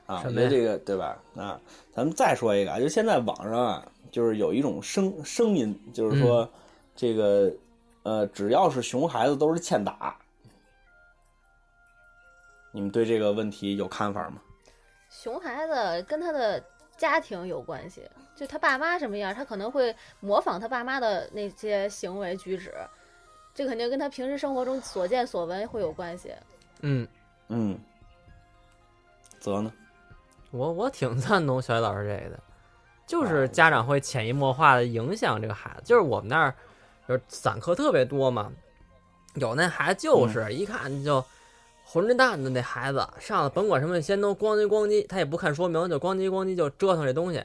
Speaker 1: 啊，我
Speaker 2: 什
Speaker 1: 觉
Speaker 2: 么呀
Speaker 1: 得这个对吧？啊，咱们再说一个啊，就现在网上啊，就是有一种声声音，就是
Speaker 2: 嗯
Speaker 1: 说这个、呃，只要是熊孩子都是欠打。你们对这个问题有看法吗？
Speaker 3: 熊孩子跟他的家庭有关系，就他爸妈什么样，他可能会模仿他爸妈的那些行为举止，这肯定跟他平时生活中所见所闻会有关系。
Speaker 2: 嗯，
Speaker 1: 嗯，泽呢？
Speaker 2: 我我挺赞同小雨老师这个的，就是家长会潜移默化的影响这个孩子。就是我们那儿就是散客特别多嘛，有那孩子就是一看就浑身蛋的那孩子，上来甭管什么先都咣叽咣叽，他也不看说明，就咣叽咣叽就折腾这东西，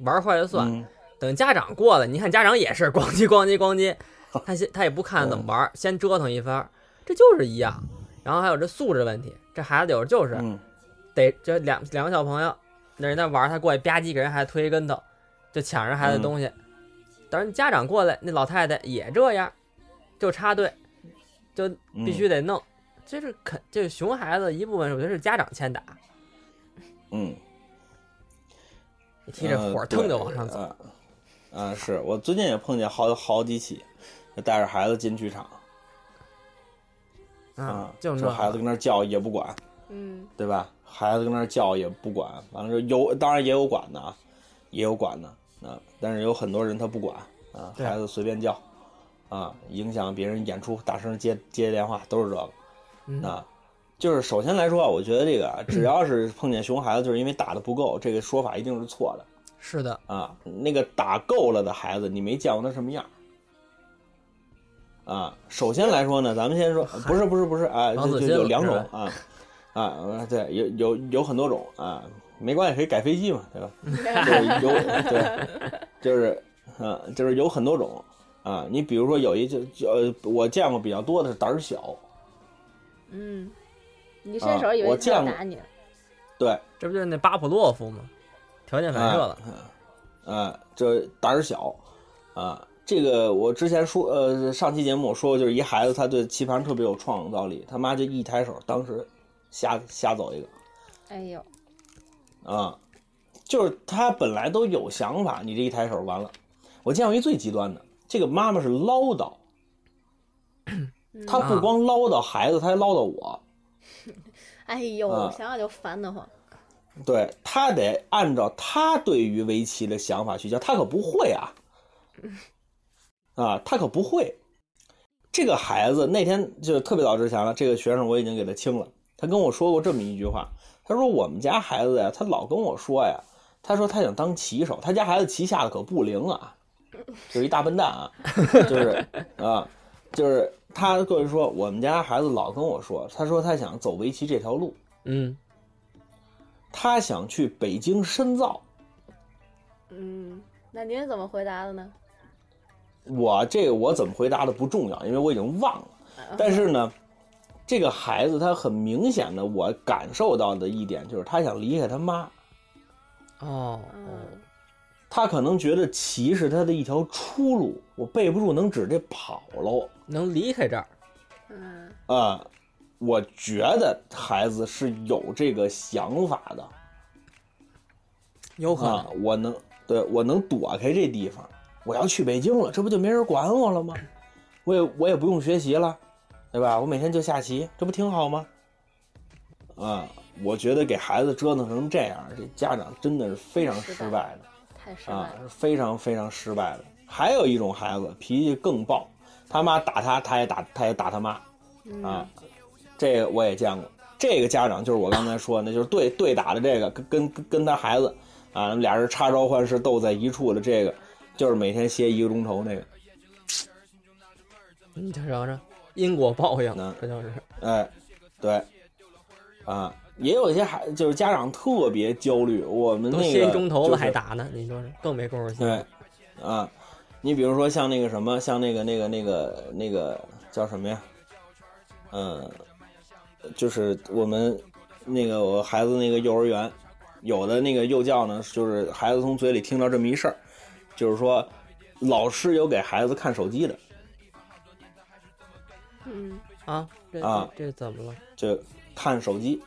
Speaker 2: 玩坏就算。
Speaker 1: 嗯
Speaker 2: 等家长过来，你看家长也是咣叽咣叽咣叽，他先他也不看怎么玩，先折腾一番儿，这就是一样。然后还有这素质问题，这孩子有时就是
Speaker 1: 嗯
Speaker 2: 得这两两个小朋友，那人在玩儿，他过去吧唧给人孩子推一跟头，就抢人孩
Speaker 1: 嗯
Speaker 2: 子的东西。等人家长过来，那老太太也这样，就插队，就
Speaker 1: 嗯
Speaker 2: 必须得弄。这是肯这是熊孩子一部分，我觉得是家长欠打，
Speaker 1: 嗯，
Speaker 2: 你提着火
Speaker 1: 呃
Speaker 2: 儿腾就往上。走
Speaker 1: 对。啊、啊是我最近也碰见好好几起，就带着孩子进剧场，
Speaker 2: 啊
Speaker 1: 啊，，
Speaker 2: 就是
Speaker 1: 这
Speaker 2: 那
Speaker 1: 孩子跟那儿叫也不管，
Speaker 3: 嗯，
Speaker 1: 对吧？孩子跟那儿叫也不管，完了之后有当然也有管的啊，也有管的啊，但是有很多人他不管啊，
Speaker 2: 对
Speaker 1: 孩子随便叫啊，影响别人演出，大声接接电话都是这个。
Speaker 2: 嗯
Speaker 1: 啊，就是首先来说啊，我觉得这个啊，只 要是碰见熊孩子，就是因为打的不够，这个说法一定是错的。
Speaker 2: 是的，
Speaker 1: 啊，那个打够了的孩子，你没见过他什么样儿啊。首先来说呢，咱们先说，不是不是不是啊，
Speaker 2: 王
Speaker 1: 这
Speaker 2: 子
Speaker 1: 就
Speaker 2: 欣
Speaker 1: 有
Speaker 2: 老
Speaker 1: 两
Speaker 2: 师
Speaker 1: 种啊啊，对，有有有很多种啊，没关系，可以改飞机嘛，对吧？就是有对，就是啊，就是有很多种啊。你比如说有一就就呃，我见过比较多的是胆儿小，
Speaker 3: 嗯，你伸手以
Speaker 1: 啊我
Speaker 3: 为他要
Speaker 1: 见过
Speaker 3: 打你，
Speaker 1: 对，
Speaker 2: 这不就是那巴甫洛夫吗？条件反射了。
Speaker 1: 啊，这胆儿小啊。这个我之前说，呃，上期节目我说过，就是一孩子他对棋盘特别有创造力，他妈就一抬手，当时瞎瞎走一个
Speaker 3: 哎呦，
Speaker 1: 啊，就是他本来都有想法，你这一抬手完了。我见过一最极端的，这个妈妈是唠叨，
Speaker 3: 嗯
Speaker 1: 她不光唠叨孩子，她还唠叨我。
Speaker 3: 哎呦，
Speaker 1: 啊
Speaker 3: 想想就烦得慌。
Speaker 1: 对他得按照他对于围棋的想法去教，他可不会啊，啊，他可不会。这个孩子那天就是特别早之前了，这个学生我已经给他清了。他跟我说过这么一句话，他说我们家孩子呀，他老跟我说呀，他说他想当棋手，他家孩子棋下的可不灵啊，就是一大笨蛋啊，就是啊，就是他跟我说，我们家孩子老跟我说，他说他想走围棋这条路，
Speaker 2: 嗯，
Speaker 1: 他想去北京深造。
Speaker 3: 嗯，那您是怎么回答的呢？
Speaker 1: 我这个我怎么回答的不重要，因为我已经忘了。但是呢，这个孩子他很明显的，我感受到的一点就是他想离开他妈，
Speaker 2: 哦，
Speaker 3: 嗯，
Speaker 1: 他可能觉得棋是他的一条出路，我备不住能指这跑喽
Speaker 2: 能离开这儿，
Speaker 3: 嗯，
Speaker 1: 啊、我觉得孩子是有这个想法的，
Speaker 2: 有可
Speaker 1: 啊
Speaker 2: 能。，
Speaker 1: 我能，对我能躲开这地方，我要去北京了，这不就没人管我了吗？我也我也不用学习了，对吧？我每天就下棋，这不挺好吗？啊，我觉得给孩子折腾成这样，这家长真的是非常失败
Speaker 3: 太失
Speaker 1: 的啊
Speaker 3: 败，
Speaker 1: 是
Speaker 3: 了。
Speaker 1: 非常非常失败的。还有一种孩子脾气更暴，他妈打他，他也打，他也打他妈啊
Speaker 3: 嗯，，
Speaker 1: 这个我也见过。这个家长就是我刚才说的，那就是对对打的这个，跟跟跟跟他孩子啊，俩人插招换式斗在一处的这个，就是每天歇一个钟头那个，
Speaker 2: 你就尝尝因果报应
Speaker 1: 嗯，
Speaker 2: 这就是
Speaker 1: 哎，对，啊，也有一些孩就是家长特别焦虑，我们
Speaker 2: 都
Speaker 1: 那
Speaker 2: 歇
Speaker 1: 个
Speaker 2: 一钟头
Speaker 1: 就
Speaker 2: 了
Speaker 1: 是
Speaker 2: 还打呢，你说是更没工夫歇。
Speaker 1: 对，啊，你比如说像那个什么，像那个那个那个那个叫什么呀？嗯，就是我们那个我孩子那个幼儿园，有的那个幼教呢，就是孩子从嘴里听到这么一事儿，就是说老师有给孩子看手机的，
Speaker 3: 嗯，
Speaker 2: 啊，这
Speaker 1: 啊
Speaker 2: 这这怎么了？
Speaker 1: 就看手机。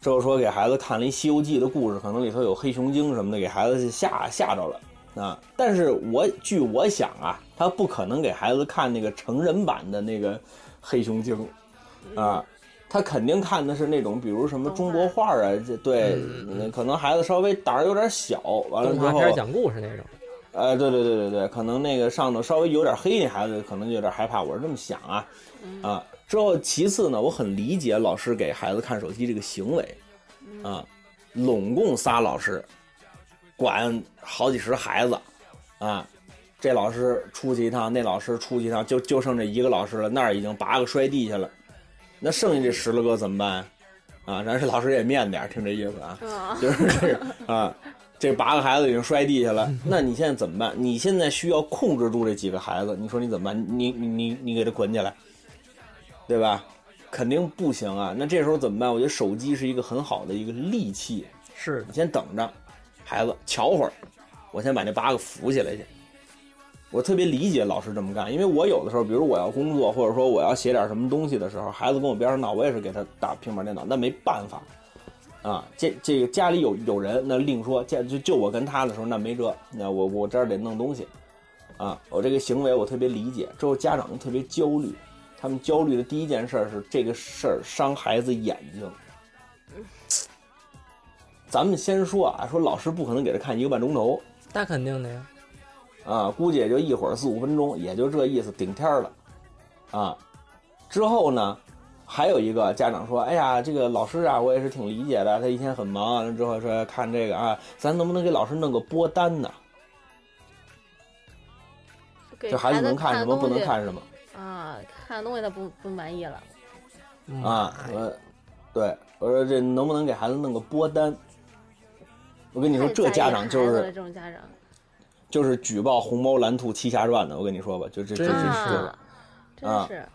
Speaker 1: 之后说给孩子看了一《西游记》的故事，可能里头有黑熊精什么的，给孩子吓吓着了啊。但是我据我想啊，他不可能给孩子看那个成人版的那个黑熊精啊，他肯定看的是那种比如什么中国画啊，这对，那可能孩子稍微胆儿有点小，完了
Speaker 2: 动
Speaker 1: 之
Speaker 2: 画
Speaker 1: 后
Speaker 2: 嗯片儿讲故事那种。
Speaker 1: 哎，对对对对对，可能那个上头稍微有点黑，那孩子可能有点害怕，我是这么想啊，啊，之后其次呢，我很理解老师给孩子看手机这个行为，啊，拢共仨老师，管好几十孩子，啊，这老师出去一趟，那老师出去一趟，就就剩这一个老师了，那儿已经八个摔地下了，那剩下这十来个怎么办？啊， 然后这老师也面点儿，听这意思啊，
Speaker 3: 啊，
Speaker 1: 就是 这个啊，这八个孩子已经摔地下了，那你现在怎么办？你现在需要控制住这几个孩子，你说你怎么办？你你你你给他捆起来，对吧？肯定不行啊。那这时候怎么办？我觉得手机是一个很好的一个利器，
Speaker 2: 是
Speaker 1: 你先等着，孩子瞧会儿，我先把那八个扶起来去。我特别理解老师这么干，因为我有的时候，比如我要工作，或者说我要写点什么东西的时候，孩子跟我边上闹，我也是给他打平板电脑，那没办法啊。这这个家里有有人，那另说。家就就我跟他的时候，那没辙，那我我这儿得弄东西啊。我这个行为我特别理解，之后家长就特别焦虑，他们焦虑的第一件事儿是这个事儿伤孩子眼睛。咱们先说啊，说老师不可能给他看一个半钟头
Speaker 2: 那肯定的呀。
Speaker 1: 啊，估计也就一会儿四五分钟，也就这意思，顶天儿了啊。之后呢，还有一个家长说：“哎呀，这个老师啊，我也是挺理解的，他一天很忙。”完了之后说看这个啊，咱能不能给老师弄个播单呢？
Speaker 3: 给
Speaker 1: 这孩子能看什么，不能
Speaker 3: 东西
Speaker 1: 看什么。
Speaker 3: 啊？看东西他不不满意了。
Speaker 1: 啊，
Speaker 2: 嗯
Speaker 1: 我对我说这能不能给孩子弄个播单？我跟你说，
Speaker 3: 太
Speaker 1: 这
Speaker 3: 在意
Speaker 1: 家长就
Speaker 3: 孩子了
Speaker 1: 是
Speaker 3: 这种家长，
Speaker 1: 就是举报《红猫蓝兔七侠传》的，我跟你说吧，就这这
Speaker 2: 真
Speaker 1: 这
Speaker 2: 是
Speaker 1: 这个
Speaker 3: 啊，真
Speaker 1: 啊
Speaker 3: 是。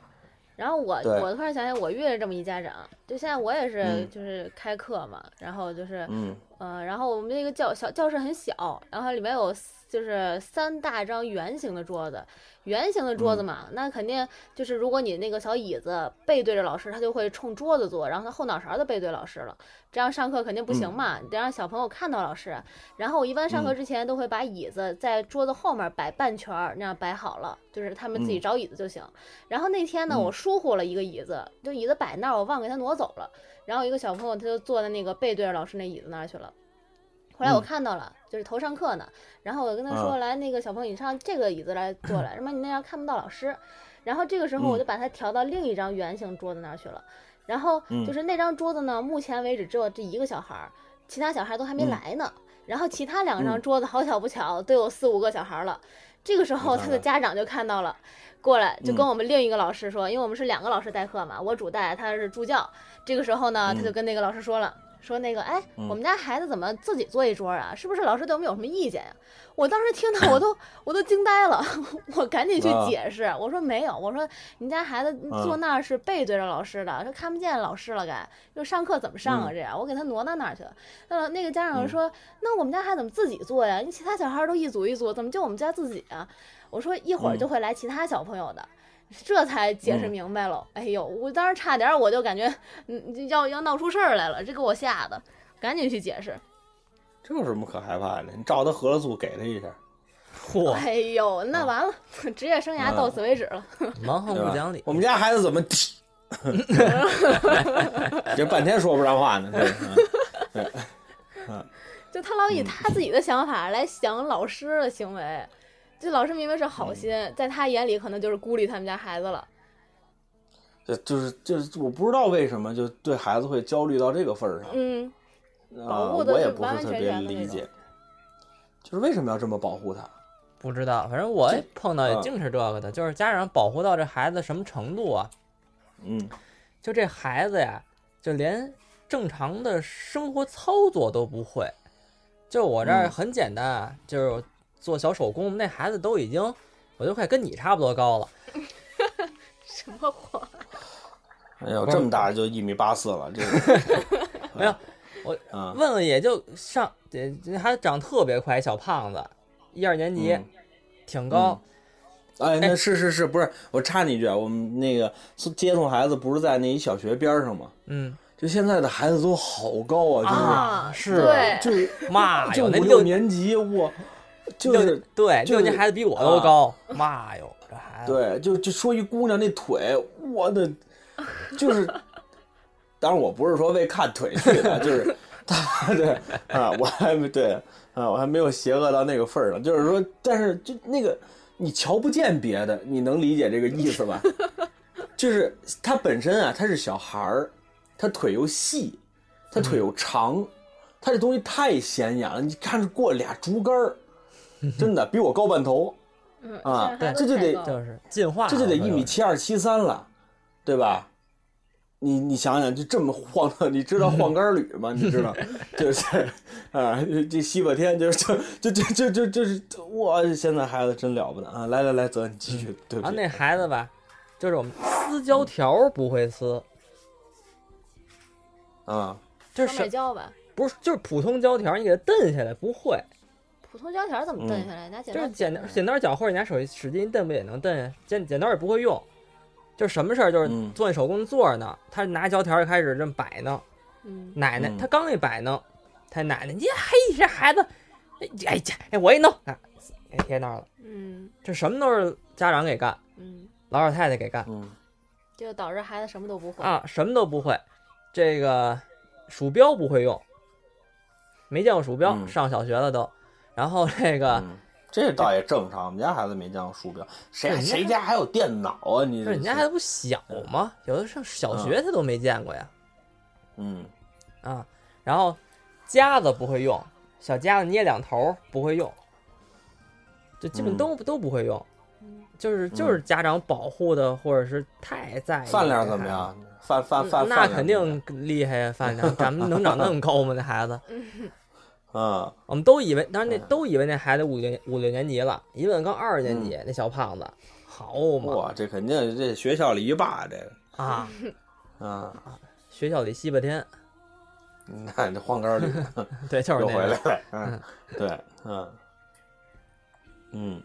Speaker 3: 然后我
Speaker 1: 对
Speaker 3: 我突然想起，我遇见这么一家长，就现在我也是
Speaker 1: 嗯
Speaker 3: 就是开课嘛，然后就是
Speaker 1: 嗯
Speaker 3: 呃，然后我们那个教小教室很小，然后里面有就是三大张圆形的桌子，圆形的桌子嘛，那肯定就是如果你那个小椅子背对着老师，他就会冲桌子坐，然后他后脑勺就背对老师了，这样上课肯定不行嘛，得让小朋友看到老师。然后我一般上课之前都会把椅子在桌子后面摆半圈儿，那样摆好了，就是他们自己
Speaker 1: 嗯
Speaker 3: 找椅子就行。然后那天呢，
Speaker 1: 嗯
Speaker 3: 我疏忽了一个椅子，就椅子摆那儿，我忘给他挪走了。然后一个小朋友他就坐在那个背对着老师那椅子那儿去了。后来我
Speaker 1: 嗯
Speaker 3: 看到了，就是头上课呢，然后我跟他说：“
Speaker 1: 啊
Speaker 3: 来，那个小朋友，你上这个椅子来坐来，什么你那样看不到老师。”然后这个时候我
Speaker 1: 嗯
Speaker 3: 就把他调到另一张圆形桌子那儿去了。然后
Speaker 1: 嗯
Speaker 3: 就是那张桌子呢，目前为止只有这一个小孩儿，其他小孩都还没
Speaker 1: 嗯
Speaker 3: 来呢。然后其他两张
Speaker 1: 嗯
Speaker 3: 桌子好巧不巧都有四五个小孩儿了。这个时候
Speaker 1: 你看
Speaker 3: 他的
Speaker 1: 看
Speaker 3: 家长就看到了，过来就跟
Speaker 1: 嗯
Speaker 3: 我们另一个老师说，因为我们是两个老师代课嘛，我主带，他是助教。这个时候呢，他就
Speaker 1: 嗯
Speaker 3: 跟那个老师说了。说那个，哎，
Speaker 1: 嗯
Speaker 3: 我们家孩子怎么自己坐一桌啊？是不是老师对我们有什么意见呀、我当时听到 我都我都惊呆了， 我赶紧去
Speaker 1: 啊嗯
Speaker 3: 解释，我说没有，我说你家孩子坐那儿是背对着老师的，说看不见老师了该，就上课怎么上啊？
Speaker 1: 嗯
Speaker 3: 这样、我给他挪到那儿去了。那那个家长就
Speaker 1: 嗯
Speaker 3: 说，那我们家孩子怎么自己坐呀？你其他小孩都一组一组，怎么就我们家自己啊？我说一会儿
Speaker 1: 嗯
Speaker 3: 就会来其他小朋友的。 这才解释
Speaker 1: 嗯
Speaker 3: 明白了，哎呦，我当时差点儿我就感觉，嗯，就要要闹出事儿来了，这给我吓的，赶紧去解释。
Speaker 1: 这有什么可害怕的？你照他合了租给他一下，
Speaker 2: 嚯，
Speaker 3: 哎呦，
Speaker 1: 啊
Speaker 3: 那完了， 职业生涯到此为止了。
Speaker 2: 蛮横
Speaker 1: 对吧
Speaker 2: 不讲理。
Speaker 1: 我们家孩子怎么踢？ 这半天说不上话呢，这嗯
Speaker 3: 就他老以他自己的想法来想老师的行为，这老师明明是
Speaker 1: 嗯
Speaker 3: 好心，在他眼里可能就是孤立他们家孩子了。
Speaker 1: 这就是就是我不知道为什么就对孩子会焦虑到这个份儿上。
Speaker 3: 嗯，
Speaker 1: 啊，
Speaker 3: 保护得
Speaker 1: 我也
Speaker 3: 是
Speaker 1: 不
Speaker 3: 完
Speaker 1: 是特
Speaker 3: 完全
Speaker 1: 别
Speaker 3: 全的那
Speaker 1: 理
Speaker 3: 种
Speaker 1: 解，就是为什么要这么保护他？
Speaker 2: 不知道，反正我也碰到也
Speaker 1: 嗯
Speaker 2: 净是这个的，就是家长保护到这孩子什么程度啊？
Speaker 1: 嗯
Speaker 2: 就这孩子呀，就连正常的生活操作都不会。就我这儿
Speaker 1: 嗯
Speaker 2: 很简单啊，就是做小手工，那孩子都已经，我都快跟你差不多高了。
Speaker 3: 什么话？
Speaker 1: 哎呦，
Speaker 2: 不
Speaker 1: 这么大就一米八四了，这个
Speaker 2: 没有，我
Speaker 1: 啊，
Speaker 2: 问问也就上，这这孩子长特别快，小胖子，一二年级，
Speaker 1: 嗯
Speaker 2: 挺高。
Speaker 1: 哎，那
Speaker 2: 哎
Speaker 1: 是是是，不是我插你一句啊，我们那个接送孩子不是在那一小学边儿上吗？
Speaker 2: 嗯，
Speaker 1: 就现在的孩子都好高啊，
Speaker 3: 啊，
Speaker 2: 是
Speaker 3: 对，
Speaker 1: 就是
Speaker 2: 嗯 妈
Speaker 1: 就
Speaker 2: 哟，
Speaker 1: 就
Speaker 2: 那
Speaker 1: 五六
Speaker 2: 六
Speaker 1: 年级我就
Speaker 2: 六
Speaker 1: 是
Speaker 2: 对
Speaker 1: 就是
Speaker 2: 六
Speaker 1: 啊
Speaker 2: 年孩子比我都高，妈哟，这孩子，
Speaker 1: 对，就就说一姑娘那腿，我的就是，当然我不是说为看腿去的，就是 他对啊，我还没对啊，我还没有邪恶到那个份儿上，就是说，但是就那个你瞧不见别的，你能理解这个意思吧？ 就是他本身啊，他是小孩儿，他腿又细，他腿又长，他这东西太显眼了，你看着过俩竹竿儿，真的比我高半头。
Speaker 3: 嗯
Speaker 1: 啊
Speaker 3: 现在孩
Speaker 1: 这
Speaker 2: 对
Speaker 3: 子
Speaker 1: 就
Speaker 3: 太
Speaker 1: 得
Speaker 3: 高了
Speaker 2: 就是进化了，
Speaker 1: 这就得一米
Speaker 2: 就是
Speaker 1: 七二七三了，对吧？你你想想，就这么晃 荡，你知道晃杆捋吗？你 知道，就是啊，这西伯天就是 就就就就就就是哇！现在孩子真了不得啊！来来来，泽你继续，对
Speaker 2: 然
Speaker 1: 不
Speaker 2: 后
Speaker 1: 起。
Speaker 2: 嗯啊那孩子吧，就是我们
Speaker 1: 嗯
Speaker 2: 撕胶条不会撕，
Speaker 1: 啊，
Speaker 2: 这
Speaker 3: 双
Speaker 2: 是
Speaker 3: 面胶吧？
Speaker 2: 不是就是普通胶条，你给它蹬下来不会，
Speaker 3: 普通胶条怎
Speaker 1: 嗯
Speaker 3: 么蹬下来？拿剪
Speaker 2: 就是
Speaker 3: 刀
Speaker 2: 剪刀剪刀脚或者你拿手一使劲一蹬不也能蹬下？剪剪刀也不会用，就是什么事儿就是
Speaker 1: 嗯
Speaker 2: 做那手工坐着呢，他拿胶条就开始这么摆呢，
Speaker 3: 嗯，
Speaker 2: 奶奶
Speaker 1: 嗯
Speaker 2: 他刚一摆呢，他奶奶你嘿这孩子，哎哎这哎我也弄啊，给贴那儿了，
Speaker 3: 嗯
Speaker 2: 这什么都是家长给干，
Speaker 3: 嗯，
Speaker 2: 老老太太给干
Speaker 1: 嗯
Speaker 3: 就导致孩子什么都不会。
Speaker 2: 啊，什么都不会，这个鼠标不会用，没见过鼠标，
Speaker 1: 嗯
Speaker 2: 上小学了都，然后这个。
Speaker 1: 嗯，这倒也正常。我们家孩子没见过鼠标，谁
Speaker 2: 对
Speaker 1: 谁家还有电脑啊？你
Speaker 2: 不是人家孩子不小吗？有的上小学他都没见过呀
Speaker 1: 嗯
Speaker 2: 啊！然后夹子不会用，小夹子捏两头儿不会用，就基本都、都不会用，
Speaker 3: 嗯
Speaker 2: 就是就是家长保护的或者是太在意
Speaker 1: 饭量
Speaker 2: 哎这
Speaker 1: 怎么
Speaker 2: 孩子嗯
Speaker 1: 样？饭饭饭
Speaker 2: 那
Speaker 1: 饭
Speaker 2: 肯
Speaker 1: 量怎么
Speaker 2: 定厉害呀，饭量，咱们能长那么高吗？那孩子，
Speaker 1: 样啊
Speaker 2: 我们都以为，当时那
Speaker 1: 嗯
Speaker 2: 都以为那孩子五六五六年级了，一问刚二年
Speaker 1: 嗯
Speaker 2: 级，那小胖子，好嘛
Speaker 1: 哇，这肯定这学校里一霸这个
Speaker 2: 啊！
Speaker 1: 啊。
Speaker 2: 学校里西吧天，
Speaker 1: 那你换杆儿捋
Speaker 2: 对，就是
Speaker 1: 又
Speaker 2: 那
Speaker 1: 回
Speaker 2: 个
Speaker 1: 来。 了，嗯，对，嗯，嗯，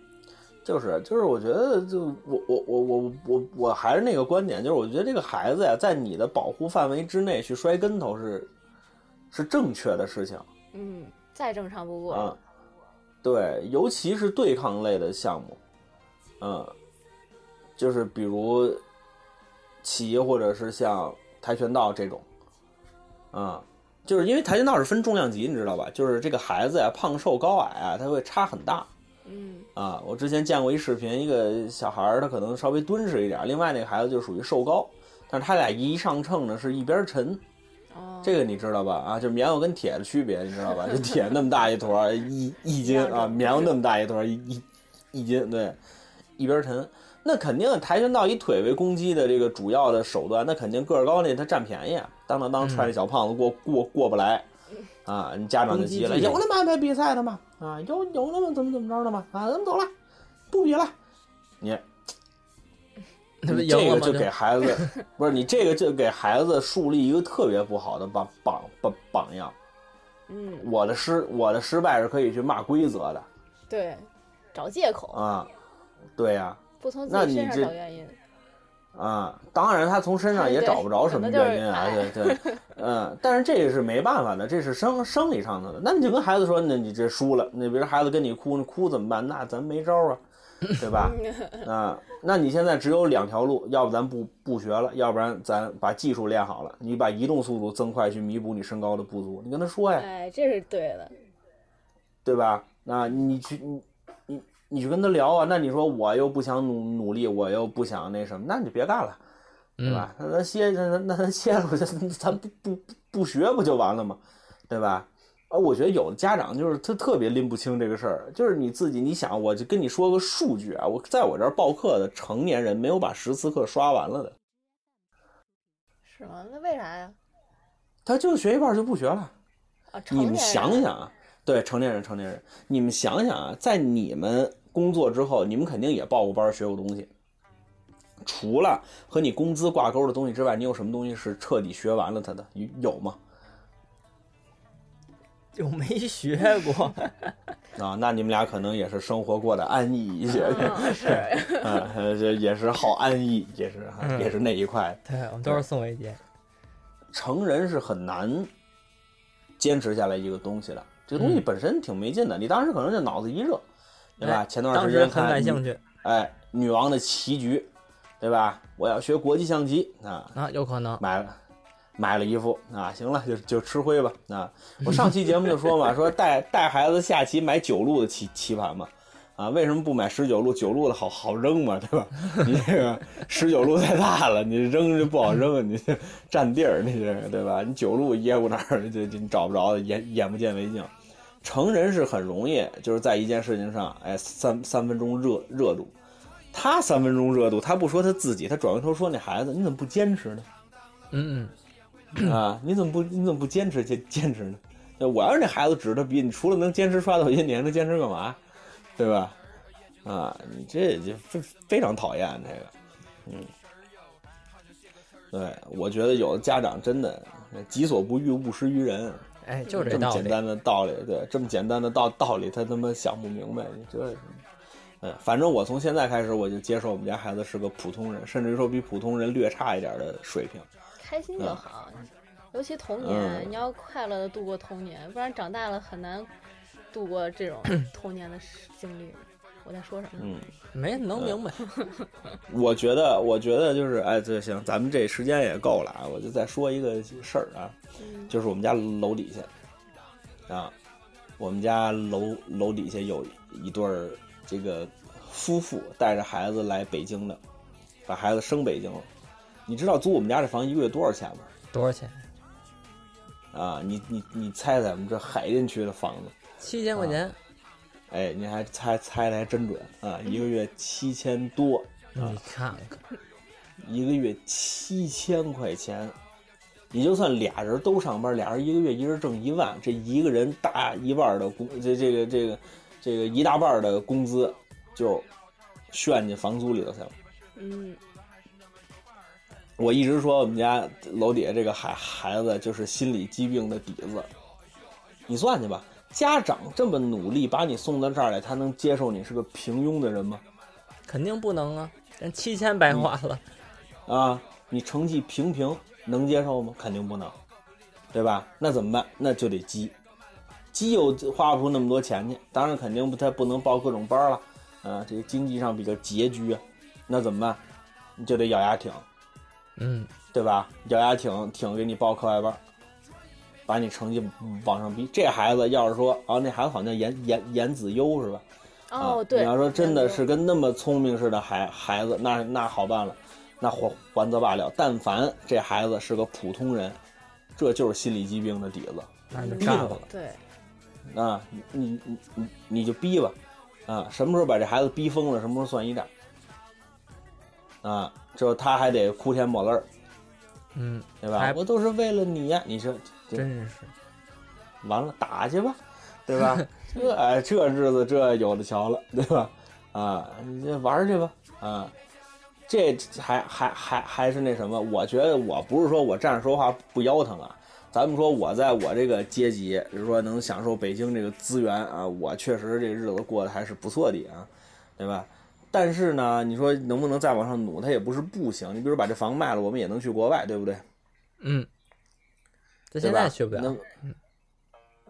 Speaker 1: 就是就是，我觉得就我我我我我我还是那个观点，就是我觉得这个孩子呀，在你的保护范围之内去摔跟头是是正确的事情
Speaker 3: 嗯，再正常不过
Speaker 1: 啊
Speaker 3: 了。，
Speaker 1: 对，尤其是对抗类的项目，嗯，就是比如棋或者是像跆拳道这种，嗯，就是因为跆拳道是分重量级，你知道吧？就是这个孩子呀、胖瘦高矮啊，他会差很大
Speaker 3: 嗯
Speaker 1: 啊。我之前见过一视频，一个小孩儿他可能稍微敦实一点儿，另外那个孩子就属于瘦高，但是他俩一上秤呢是一边儿沉，
Speaker 3: 哦，
Speaker 1: 这个你知道吧？啊，就棉花跟铁的区别，你知道吧？就铁那么大一坨儿，一一斤
Speaker 3: 一样
Speaker 1: 啊，
Speaker 3: 重
Speaker 1: 棉花那么大一坨儿，一一一斤，对，一边儿沉。那肯定啊跆拳道以腿为攻击的这个主要的手段，那肯定个儿高那他占便宜啊，当当
Speaker 2: 嗯
Speaker 1: 当踹那小胖子过过过不 来，啊，你家长就急了，
Speaker 2: 攻击技
Speaker 1: 有
Speaker 2: 术
Speaker 1: 那么安排比赛的吗？啊，有有那么怎么怎么着的吗？啊，咱们走了，不比了，你
Speaker 2: 那不
Speaker 1: 你
Speaker 2: 赢
Speaker 1: 这个
Speaker 2: 了吗？
Speaker 1: 就给
Speaker 2: 就
Speaker 1: 孩 子，不是你这个就给孩子树立一个特别不好的榜榜榜榜样。
Speaker 3: 嗯，
Speaker 1: 我的失我的失败是可以去骂规则的
Speaker 3: 对，找借口，
Speaker 1: 啊，对呀
Speaker 3: 不从
Speaker 1: 那
Speaker 3: 自
Speaker 1: 你
Speaker 3: 己身上
Speaker 1: 这
Speaker 3: 找原因。
Speaker 1: 啊当然他从身上也
Speaker 3: 对
Speaker 1: 找不着什么
Speaker 3: 可
Speaker 1: 原
Speaker 3: 能就是
Speaker 1: 因啊，
Speaker 3: 哎
Speaker 1: 对对，嗯，但是这个是没办法的，这是生生理上头的。那你就跟孩子说，那你这输了，那比如孩子跟你哭，你哭怎么办？那咱没招啊，对 吧？啊，那你现在只有两条路，要不咱不不学了，要不然咱把技术练好了，你把移动速度增快去弥补你身高的不足，你跟他说呀，
Speaker 3: 哎，这是对的。
Speaker 1: 对吧？那你去你你你去跟他聊啊，那你说我又不想努努力，我又不想那什么，那你就别干了，对吧？那咱歇，那咱那咱歇了，咱咱不不不不学不就完了吗？对吧？啊，我觉得有的家长就是他特别拎不清这个事儿，就是你自己，你想，我就跟你说个数据啊，我在我这儿报课的成年人没有把十次课刷完了的，
Speaker 3: 是吗？那为啥呀？
Speaker 1: 他就学一半儿就不学了。
Speaker 3: 啊，成
Speaker 1: 你
Speaker 3: 年人
Speaker 1: 们想想啊，对成年人，成年人，你们想想啊，在你们工作之后，你们肯定也报过班儿，学过东西。除了和你工资挂钩的东西之外，你有什么东西是彻底学完了它的？有有吗？
Speaker 2: 嗯就没学过，
Speaker 1: 啊，那你们俩可能也是生活过得安逸一些，
Speaker 3: 嗯是
Speaker 1: 啊，这也是好安逸，也是啊
Speaker 2: 嗯
Speaker 1: 也是那一块。
Speaker 2: 对我们都是宋维杰。
Speaker 1: 成人是很难坚持下来一个东西的，这个
Speaker 2: 嗯
Speaker 1: 东西本身挺没劲的。你当时可能就脑子一热，对吧？
Speaker 2: 哎
Speaker 1: 前段
Speaker 2: 当
Speaker 1: 时
Speaker 2: 时
Speaker 1: 间
Speaker 2: 很
Speaker 1: 看
Speaker 2: 感
Speaker 1: 你
Speaker 2: 兴趣
Speaker 1: 哎，女王的棋局，对吧？我要学国际象棋啊，
Speaker 2: 啊，有可能。
Speaker 1: 买了买了一副啊，行了，就就吃灰吧啊！我上期节目就说嘛，说带带孩子下棋买九路的棋棋盘嘛。啊，为什么不买十九路？九路的好好扔嘛，对吧？你这个十九路太大了，你扔就不好扔，啊你这占地儿，你这个对吧？你九路掖乎哪儿，这这你找不着的，眼眼不见为净。成人是很容易，就是在一件事情上，哎，三三分钟热热度。他三分钟热度，他不说他自己，他转回头说那孩子，你怎么不坚持呢？
Speaker 2: 嗯
Speaker 1: 啊，你怎么不你怎么不坚持坚坚持呢？那我要是那孩子指着他比，你除了能坚持刷抖音，你还能坚持干嘛？对吧？啊，你这就非非常讨厌这个，嗯，对，我觉得有的家长真的己所不欲，勿施于人，
Speaker 2: 嗯，哎，就
Speaker 1: 这
Speaker 2: 这
Speaker 1: 么
Speaker 2: 道
Speaker 1: 简
Speaker 2: 理。
Speaker 1: 单的道理，对，这么简单的道道理，他他妈想不明白，你这，嗯，反正我从现在开始，我就接受我们家孩子是个普通人，甚至于说比普通人略差一点的水平。
Speaker 3: 开心就好，尤其童
Speaker 1: 嗯
Speaker 3: 年，你要快乐的度过童年，不然长大了很难度过 这种童年的时经历。我在说什么？
Speaker 1: 嗯，
Speaker 2: 没能明白。
Speaker 1: 我觉得，我觉得就是，哎，这行，咱们这时间也够了啊，我就再说一个事儿啊，
Speaker 3: 嗯
Speaker 1: 就是我们家楼底下，啊，我们家楼楼底下有一对儿这个夫妇带着孩子来北京的，把孩子生北京了。你知道租我们家这房一个月多少钱吗？
Speaker 2: 多少钱？
Speaker 1: 啊，你你你猜猜我们这海淀区的房子，
Speaker 2: 七千块钱。
Speaker 1: 哎，你还猜猜的还真准啊，一个月七千多，
Speaker 2: 你看看，
Speaker 1: 一个月七千块钱，也就算俩人都上班，俩人一个月一人挣一万，这一个人大一半的工，这这个这个这个一大半的工资就炫进房租里头去了。
Speaker 3: 嗯，
Speaker 1: 我一直说我们家楼底下这个孩孩子就是心理疾病的底子，你算去吧。家长这么努力把你送到这儿来，他能接受你是个平庸的人吗？
Speaker 2: 肯定不能啊，人七千白花了。
Speaker 1: 啊，你成绩平平，能接受吗？肯定不能，对吧？那怎么办？那就得积，积又花不出那么多钱去，当然肯定不，他不能报各种班了，啊，这经济上比较拮据啊，那怎么办？你就得咬牙挺，
Speaker 2: 嗯，
Speaker 1: 对吧？咬牙挺挺给你报课外班，把你成绩往上逼。这孩子要是说啊，那孩子好像严严严子优是吧？
Speaker 3: 哦，
Speaker 1: 啊
Speaker 3: 对，
Speaker 1: 你要说真的是
Speaker 3: 个
Speaker 1: 跟那么聪明似的孩孩子，那那好办了，那还还则罢了。但凡这孩子是个普通人，这就是心理疾病的底子
Speaker 2: 那就干了。
Speaker 3: 嗯对，
Speaker 1: 啊！你你你你你就逼吧，啊，什么时候把这孩子逼疯了，什么时候算一账。啊，就他还得哭天抹泪儿，
Speaker 2: 嗯，
Speaker 1: 对吧
Speaker 2: 还？
Speaker 1: 我都是为了你呀、你说这
Speaker 2: 真是。
Speaker 1: 完了打去吧，对吧？这哎这日子这有的瞧了，对吧？啊，你这玩儿去吧，啊，这还还还还是那什么？我觉得我不是说我站着说话不腰疼啊，咱们说我在我这个阶级，就是说能享受北京这个资源啊，我确实这日子过得还是不错的啊，对吧？但是呢，你说能不能再往上努，它也不是不行。你比如把这房卖了，我们也能去国外，对不对？
Speaker 2: 嗯，这
Speaker 1: 对
Speaker 2: 现
Speaker 1: 吧
Speaker 2: 在去不
Speaker 1: 那
Speaker 2: 了。嗯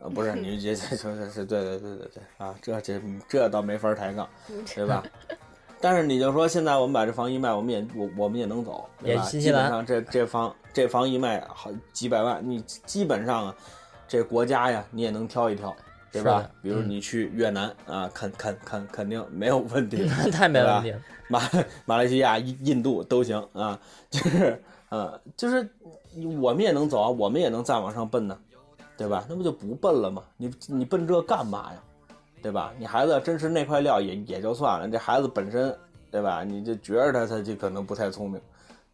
Speaker 1: 呃，不是，你这这这这这对对对对对啊，这这这倒没法抬杠，对吧？但是你就说现在我们把这房一卖，我们也我我们也能走，对
Speaker 2: 也
Speaker 1: 吧？
Speaker 2: 新
Speaker 1: 基
Speaker 2: 西
Speaker 1: 本
Speaker 2: 兰
Speaker 1: 上这这房这房一卖好几百万，你基本上啊，这国家呀你也能挑一挑，对
Speaker 2: 是
Speaker 1: 吧
Speaker 2: 的？
Speaker 1: 比如
Speaker 2: 嗯
Speaker 1: 你去越南啊，肯肯肯肯定没有问题，
Speaker 2: 那 太没
Speaker 1: 对吧
Speaker 2: 问题了。
Speaker 1: 马马来西 亚、印印度都行啊，就是啊，就是我们也能走啊，我们也能再往上奔呢，对吧？那不就不奔了吗？你你奔这干嘛呀？对吧？你孩子真是那块料也也就算了，这孩子本身对吧？你就觉着他他就可能不太聪明，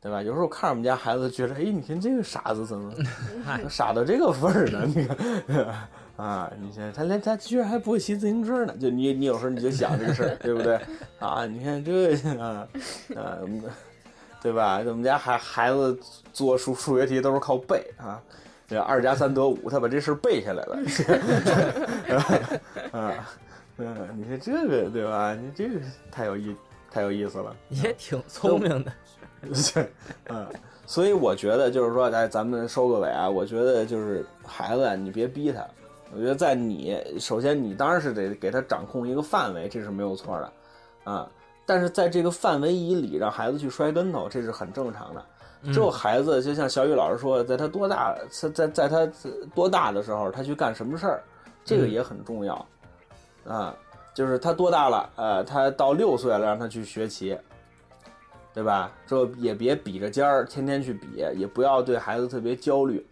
Speaker 1: 对吧？有时候看我们家孩子，觉得哎，你看这个傻子怎么傻到这个份儿呢？你看。 啊，你现在他连他居然还不会骑自行车呢，就你你有时候你就想这个事儿，对不对？啊，你看这 啊啊，我们对吧？我们家孩孩子做数数学题都是靠背啊，这二加三得五，他把这事儿背下来了。 啊，嗯，你看这个对吧？你这个太有意太有意思了。
Speaker 2: 也挺聪明
Speaker 1: 啊
Speaker 2: 的。
Speaker 1: 是，嗯，所以我觉得就是说，哎，咱们收个尾啊。我觉得就是孩子啊，你别逼他。我觉得在你首先，你当然是得给他掌控一个范围，这是没有错的，啊。但是在这个范围以里，让孩子去摔跟头，这是很正常的。只有孩子，就像小雨老师说的，在他多大，在在在他多大的时候，他去干什么事儿，这个
Speaker 2: 嗯
Speaker 1: 也很重要，啊。就是他多大了？呃，他到六岁了，让他去学棋，对吧？这也别比着尖儿，天天去比，也不要对孩子特别焦虑。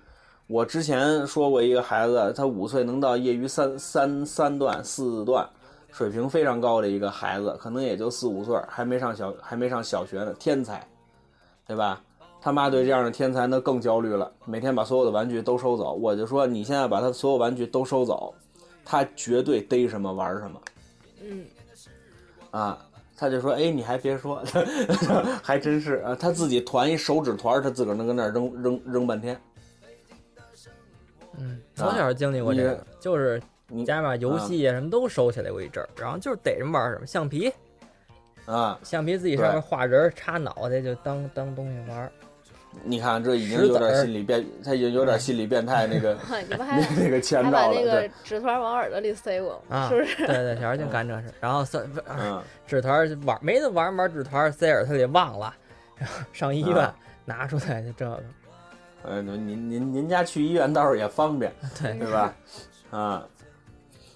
Speaker 1: 我之前说过一个孩子，他五岁能到业余三三三段、四段，水平非常高的一个孩子，可能也就四五岁儿，还没上小还没上小学呢，天才，对吧？他妈对这样的天才那更焦虑了，每天把所有的玩具都收走。我就说，你现在把他所有玩具都收走，他绝对逮什么玩什么。
Speaker 3: 嗯，
Speaker 1: 啊，他就说：“哎，你还别说， 还真是啊，他自己团一手指团儿，他自个儿能跟那儿扔扔扔半天。
Speaker 2: 嗯，从小经历过这
Speaker 1: 你嗯
Speaker 2: 个，就是
Speaker 1: 你
Speaker 2: 家里面游戏啊什么都收起来过一阵儿，然后就是逮着玩儿什么橡皮，
Speaker 1: 啊，
Speaker 2: 橡皮自己上面画人儿插脑袋就当当东西 玩儿。
Speaker 1: 你看这已经
Speaker 2: 石子
Speaker 1: 有点
Speaker 2: 儿
Speaker 1: 心理变，他已经有点心理变态那个
Speaker 3: 你们还
Speaker 1: 那那个前
Speaker 3: 还把
Speaker 1: 兆了，
Speaker 3: 那个
Speaker 1: 对，
Speaker 3: 纸团往耳朵里塞过，
Speaker 2: 啊，
Speaker 3: 是不是？
Speaker 2: 对对，小孩就干这事。然后三不是
Speaker 1: 嗯，
Speaker 2: 纸团儿就玩没得玩，玩纸团儿塞耳朵里忘了，然后上医院
Speaker 1: 啊
Speaker 2: 拿出来就这个。
Speaker 1: 呃，您您您家去医院倒是也方 便，
Speaker 2: 对
Speaker 1: 对吧？啊，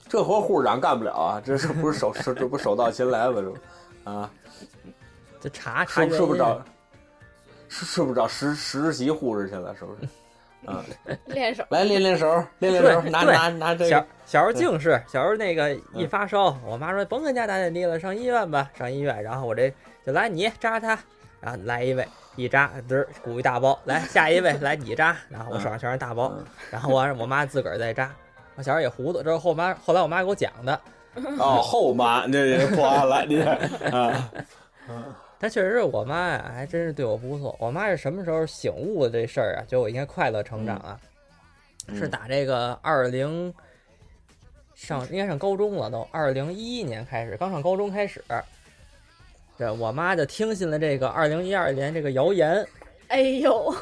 Speaker 1: 这活护士长干不了啊，这是不是 手手这不手到擒来吗？这不啊，
Speaker 2: 就查查
Speaker 1: 是不是不是
Speaker 2: 原因。
Speaker 1: 找是是不是找实实习护士去了？是不是？嗯。”
Speaker 3: 练手，
Speaker 1: 来练练手，练练手，
Speaker 2: 对
Speaker 1: 拿
Speaker 2: 对
Speaker 1: 拿拿这
Speaker 2: 小
Speaker 1: 个，嗯
Speaker 2: 小时候净是，小时候那个一发烧，我妈说甭跟家打点滴了，上医院吧，上医院。然后我这就来你扎他，然后来一位一扎，嘚儿鼓一大包，来下一位来你扎，然后我手上全是大包
Speaker 1: 嗯嗯，
Speaker 2: 然后我让我妈自个儿再扎。我小时候也糊涂，这是后妈后来我妈给我讲的，
Speaker 1: 哦，后妈，这这破案了，你这啊，
Speaker 2: 但确实是我妈呀、还真是对我不错。我妈是什么时候醒悟这事儿啊？觉得我应该快乐成长啊？
Speaker 1: 嗯
Speaker 2: 是打这个二零上应该上高中了都，二零一一年开始，刚上高中开始。对我妈就听信了这个二零一二年这个谣言，
Speaker 3: 哎呦，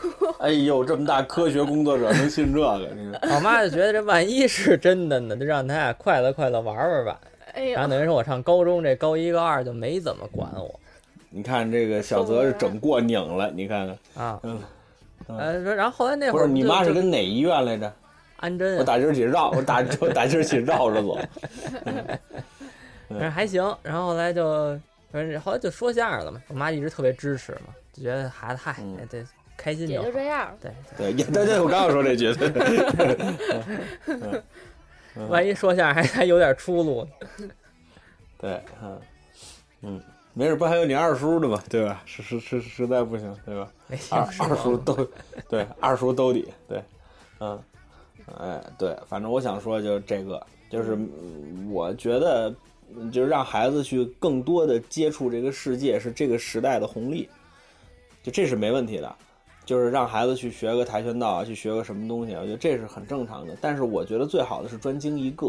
Speaker 1: 哎呦，这么大科学工作者能信这个？真是
Speaker 2: 我妈就觉得这万一是真的呢，就让她呀快乐快乐玩玩吧。
Speaker 3: 哎
Speaker 2: 然后
Speaker 3: 呦，
Speaker 2: 等于说我上高中这高一高二就没怎么管我
Speaker 1: 你看这个小泽是整过拧了，你看看，
Speaker 2: 啊，
Speaker 1: 嗯，
Speaker 2: 呃，然后后来那
Speaker 1: 不
Speaker 2: 会儿
Speaker 1: 是你妈是
Speaker 2: 就就
Speaker 1: 跟哪医院来着？
Speaker 2: 安贞
Speaker 1: 我
Speaker 2: 啊，
Speaker 1: 打今儿起绕，我打我打今儿起绕着走。
Speaker 2: 反正还行。然后后来就反正后来就说相声了嘛，我妈一直特别支持嘛，就觉得孩子嗨
Speaker 1: 嗯，
Speaker 2: 哎对，开心
Speaker 3: 也
Speaker 2: 就好
Speaker 3: 就。这样。
Speaker 2: 对，
Speaker 1: 对，也对对，我刚要说这句，对嗯
Speaker 2: 万一说相声还 还有点出路呢，
Speaker 1: 对，嗯嗯，没事，不还有你二叔的嘛，对吧？实实实实在不行，对吧？
Speaker 2: 哎
Speaker 1: 二
Speaker 2: 呀， 是
Speaker 1: 啊二叔
Speaker 2: 吗？
Speaker 1: 兜，对，二叔兜底，对，嗯，哎，对，反正我想说就是这个，就是嗯我觉得嗯就是让孩子去更多的接触这个世界是这个时代的红利，就这是没问题的。就是让孩子去学个跆拳道啊，去学个什么东西啊，我觉得这是很正常的。但是我觉得最好的是专精一个，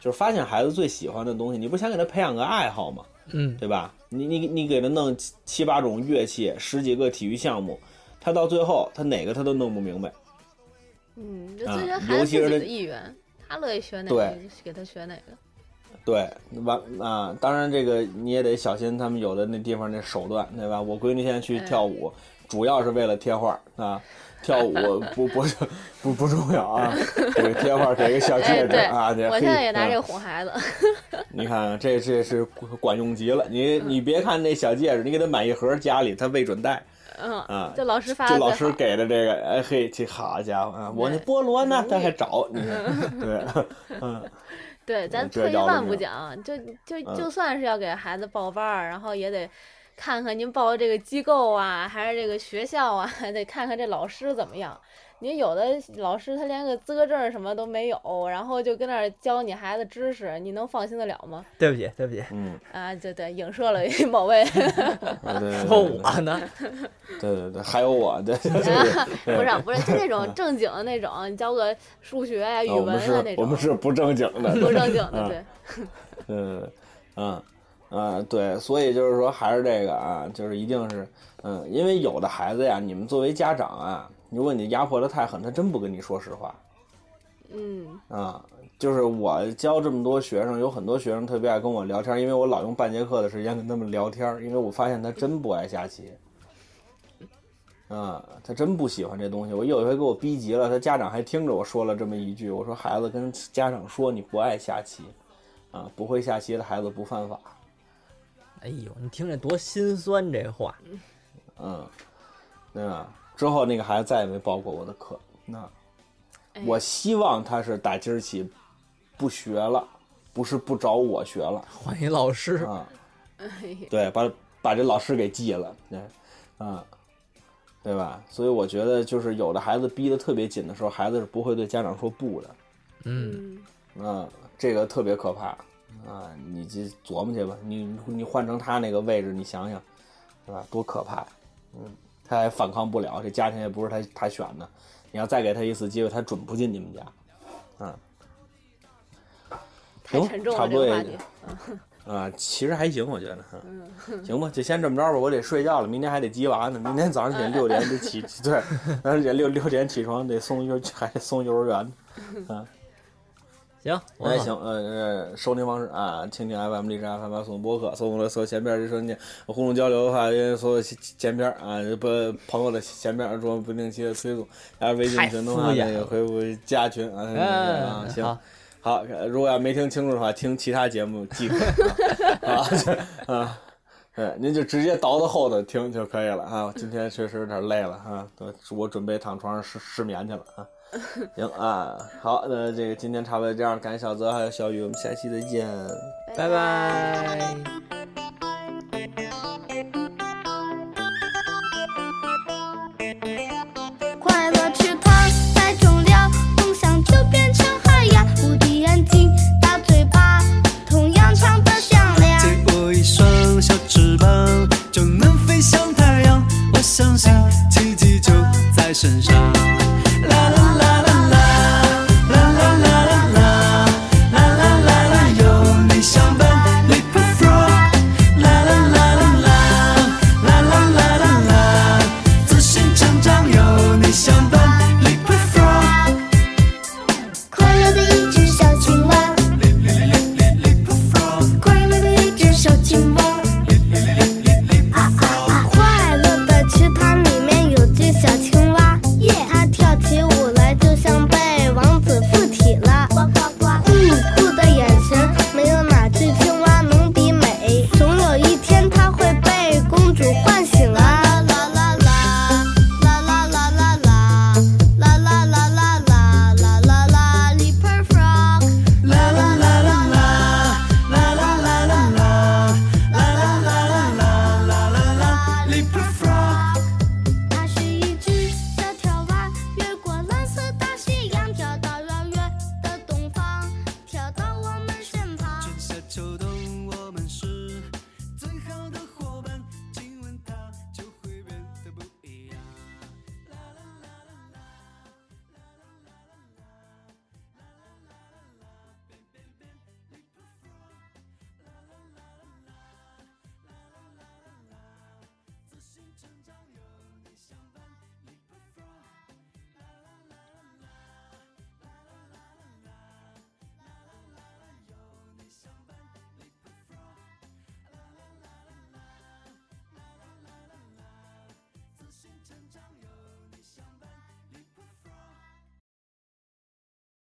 Speaker 1: 就是发现孩子最喜欢的东西，你不想给他培养个爱好吗？
Speaker 2: 嗯，
Speaker 1: 对吧？你你你给他弄七七八种乐器，十几个体育项目，他到最后他哪个他都弄不明白。
Speaker 3: 嗯，就
Speaker 1: 啊
Speaker 3: 遵循
Speaker 1: 尤
Speaker 3: 孩子
Speaker 1: 其是
Speaker 3: 自己
Speaker 1: 这
Speaker 3: 的意愿，他乐意学哪个
Speaker 1: 对
Speaker 3: 你就给他学哪个。
Speaker 1: 对，完啊，当然这个你也得小心，他们有的那地方那手段，对吧？我闺女现在去跳舞，
Speaker 3: 哎
Speaker 1: 主要是为了贴画啊，跳 舞不不不不重要啊，这个贴画给个小戒指、
Speaker 3: 哎
Speaker 1: 啊，这
Speaker 3: 我现在也拿这
Speaker 1: 个。
Speaker 3: 个哄孩子，
Speaker 1: 你看看这这是管用极了，你
Speaker 3: 嗯
Speaker 1: 你别看那小戒指，你给他买一盒家里，他未准戴。啊
Speaker 3: 嗯，就老师发
Speaker 1: 就
Speaker 3: 的
Speaker 1: 老
Speaker 3: 最
Speaker 1: 师
Speaker 3: 好。
Speaker 1: 给的这个，哎嘿，这好家伙啊！我那
Speaker 3: 对
Speaker 1: 菠萝呢？
Speaker 3: 容易
Speaker 1: 他还 找你，对，嗯，
Speaker 3: 对，咱
Speaker 1: 嗯这
Speaker 3: 退一
Speaker 1: 要了
Speaker 3: 万
Speaker 1: 没
Speaker 3: 步
Speaker 1: 有
Speaker 3: 讲，就就
Speaker 1: 嗯
Speaker 3: 就算是要给孩子报班儿，然后也得看看您报的这个机构啊，还是这个学校啊， 还得看看这老师怎么样。您有的老师他连个资格证儿什么都没有，然后就跟那儿教你孩子知识，你能放心得了吗？
Speaker 2: 对不起，对不起，
Speaker 1: 嗯，
Speaker 3: 啊，对对，影射了某 位，
Speaker 1: 啊对
Speaker 2: 说我呢，
Speaker 1: 对对对，还有我，对，对
Speaker 3: 不是不是，就那种正经的那种，你教个数学呀、语
Speaker 1: 我
Speaker 3: 文
Speaker 1: 们
Speaker 3: 啊那
Speaker 1: 是，
Speaker 3: 种，
Speaker 1: 我们是不正经的，
Speaker 3: 不正经
Speaker 1: 啊
Speaker 3: 的，对。
Speaker 1: 嗯，嗯，啊，对，所以就是说还是这个啊，就是一定是，嗯，因为有的孩子呀，你们作为家长啊，如果你压迫的太狠，他真不跟你说实话，
Speaker 3: 嗯，
Speaker 1: 啊，就是我教这么多学生，有很多学生特别爱跟我聊天，因为我老用半节课的时间跟他们聊天，因为我发现他真不爱下棋。啊，他真不喜欢这东西。我有一回给我逼急了，他家长还听着我说了这么一句：“我说孩子跟家长说你不爱下棋，啊，不会下棋的孩子不犯法。”
Speaker 2: 哎呦，你听着多心酸这话，
Speaker 1: 嗯，对吧？之后那个孩子再也没报过我的课。那
Speaker 3: 哎
Speaker 1: 我希望他是打今儿起不学了，不是不找我学了
Speaker 2: 换一老师，
Speaker 1: 啊。
Speaker 3: 哎呀
Speaker 1: 对，把把这老师给记了，对，啊，对吧？所以我觉得，就是有的孩子逼得特别紧的时候，孩子是不会对家长说不的，
Speaker 2: 嗯，
Speaker 3: 嗯，
Speaker 1: 嗯，这个特别可怕，啊，你这琢磨去吧，你你换成他那个位置，你想想，是吧？多可怕，嗯，他还反抗不了，这家庭也不是他他选的，你要再给他一次机会，他准不进你们家，嗯，
Speaker 3: 太
Speaker 1: 行
Speaker 3: 沉重
Speaker 1: 差
Speaker 3: 了
Speaker 1: 不
Speaker 3: 这
Speaker 1: 多也
Speaker 3: 个话题。
Speaker 1: 啊，其实还行，我觉得，嗯，行吧，就先这么着吧，我得睡觉了，明天还得鸡娃呢，明天早上得六点得起，对，早上得六六点起床得送幼，还得送幼儿园。
Speaker 2: 行，我啊
Speaker 1: 哎，行，呃，呃收听方式啊，蜻蜓 FM、荔枝 FM 搜索播客，搜索搜前边这收听互动交流的话，因为所有前边啊，不朋友的前边，我们不定期的催促，然后微信
Speaker 2: 太
Speaker 1: 群的
Speaker 2: 敷
Speaker 1: 话
Speaker 2: 衍
Speaker 1: 呢，也
Speaker 2: 了
Speaker 1: 回复加群啊，啊
Speaker 2: 嗯，
Speaker 1: 行。
Speaker 2: 好，
Speaker 1: 好，呃如果要没听清楚的话，听其他节目即可啊啊这啊，对，您就直接倒到后头听就可以了啊。我今天确实有点累了啊，都我准备躺床上失失眠去了啊。行啊，好，那这个今天差不多这样，感谢小泽还有小雨，我们下期再见。
Speaker 2: 拜拜。